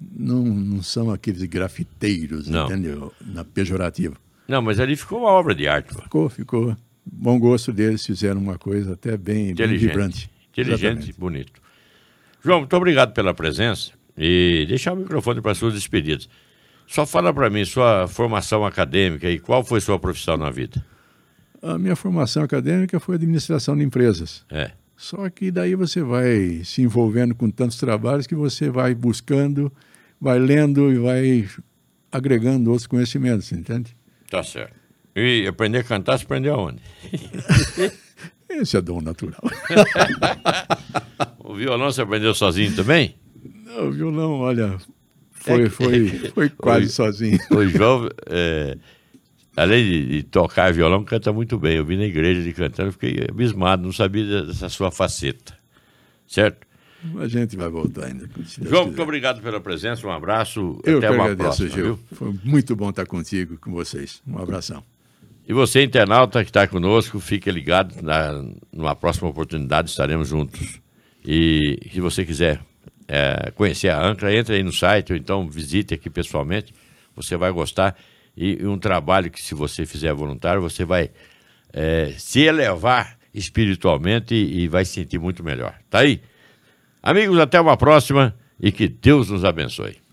Speaker 2: Não, não são aqueles grafiteiros,
Speaker 1: Não.
Speaker 2: entendeu? Na pejorativa.
Speaker 1: Não, mas ali ficou uma obra de arte. pô.
Speaker 2: Ficou, ficou. Bom gosto deles, fizeram uma coisa até bem, bem
Speaker 1: Inteligente.
Speaker 2: vibrante.
Speaker 1: Inteligente e
Speaker 2: Exatamente.
Speaker 1: bonito. João, muito obrigado pela presença e deixar o microfone para suas despedidas. Só fala para mim sua formação acadêmica e qual foi sua profissão na vida.
Speaker 2: A minha formação acadêmica foi administração de empresas.
Speaker 1: É.
Speaker 2: Só que daí você vai se envolvendo com tantos trabalhos que você vai buscando, vai lendo e vai agregando outros conhecimentos, entende?
Speaker 1: Tá certo. E aprender a cantar, você aprendeu aonde?
Speaker 2: Esse é dom natural.
Speaker 1: O violão você aprendeu sozinho também?
Speaker 2: Não, o violão, olha,
Speaker 1: É
Speaker 2: foi, foi, foi quase sozinho.
Speaker 1: O João, é, além de, de tocar violão, canta muito bem. Eu vi na igreja ele cantando, eu fiquei abismado, não sabia dessa sua faceta. Certo?
Speaker 2: A gente vai voltar ainda. se Deus
Speaker 1: João,
Speaker 2: quiser.
Speaker 1: muito obrigado pela presença, um abraço,
Speaker 2: Eu
Speaker 1: até
Speaker 2: que
Speaker 1: uma
Speaker 2: agradeço,
Speaker 1: próxima,
Speaker 2: Gil.
Speaker 1: viu?
Speaker 2: Foi muito bom estar contigo, com vocês. Um abração.
Speaker 1: E você, internauta que está conosco, fique ligado, na, numa próxima oportunidade estaremos juntos. E se você quiser é, conhecer a Ancra, entre aí no site ou então visite aqui pessoalmente, você vai gostar. E um trabalho que, se você fizer voluntário, você vai é, se elevar espiritualmente e, e vai se sentir muito melhor. Tá aí? Amigos, até uma próxima e que Deus nos abençoe.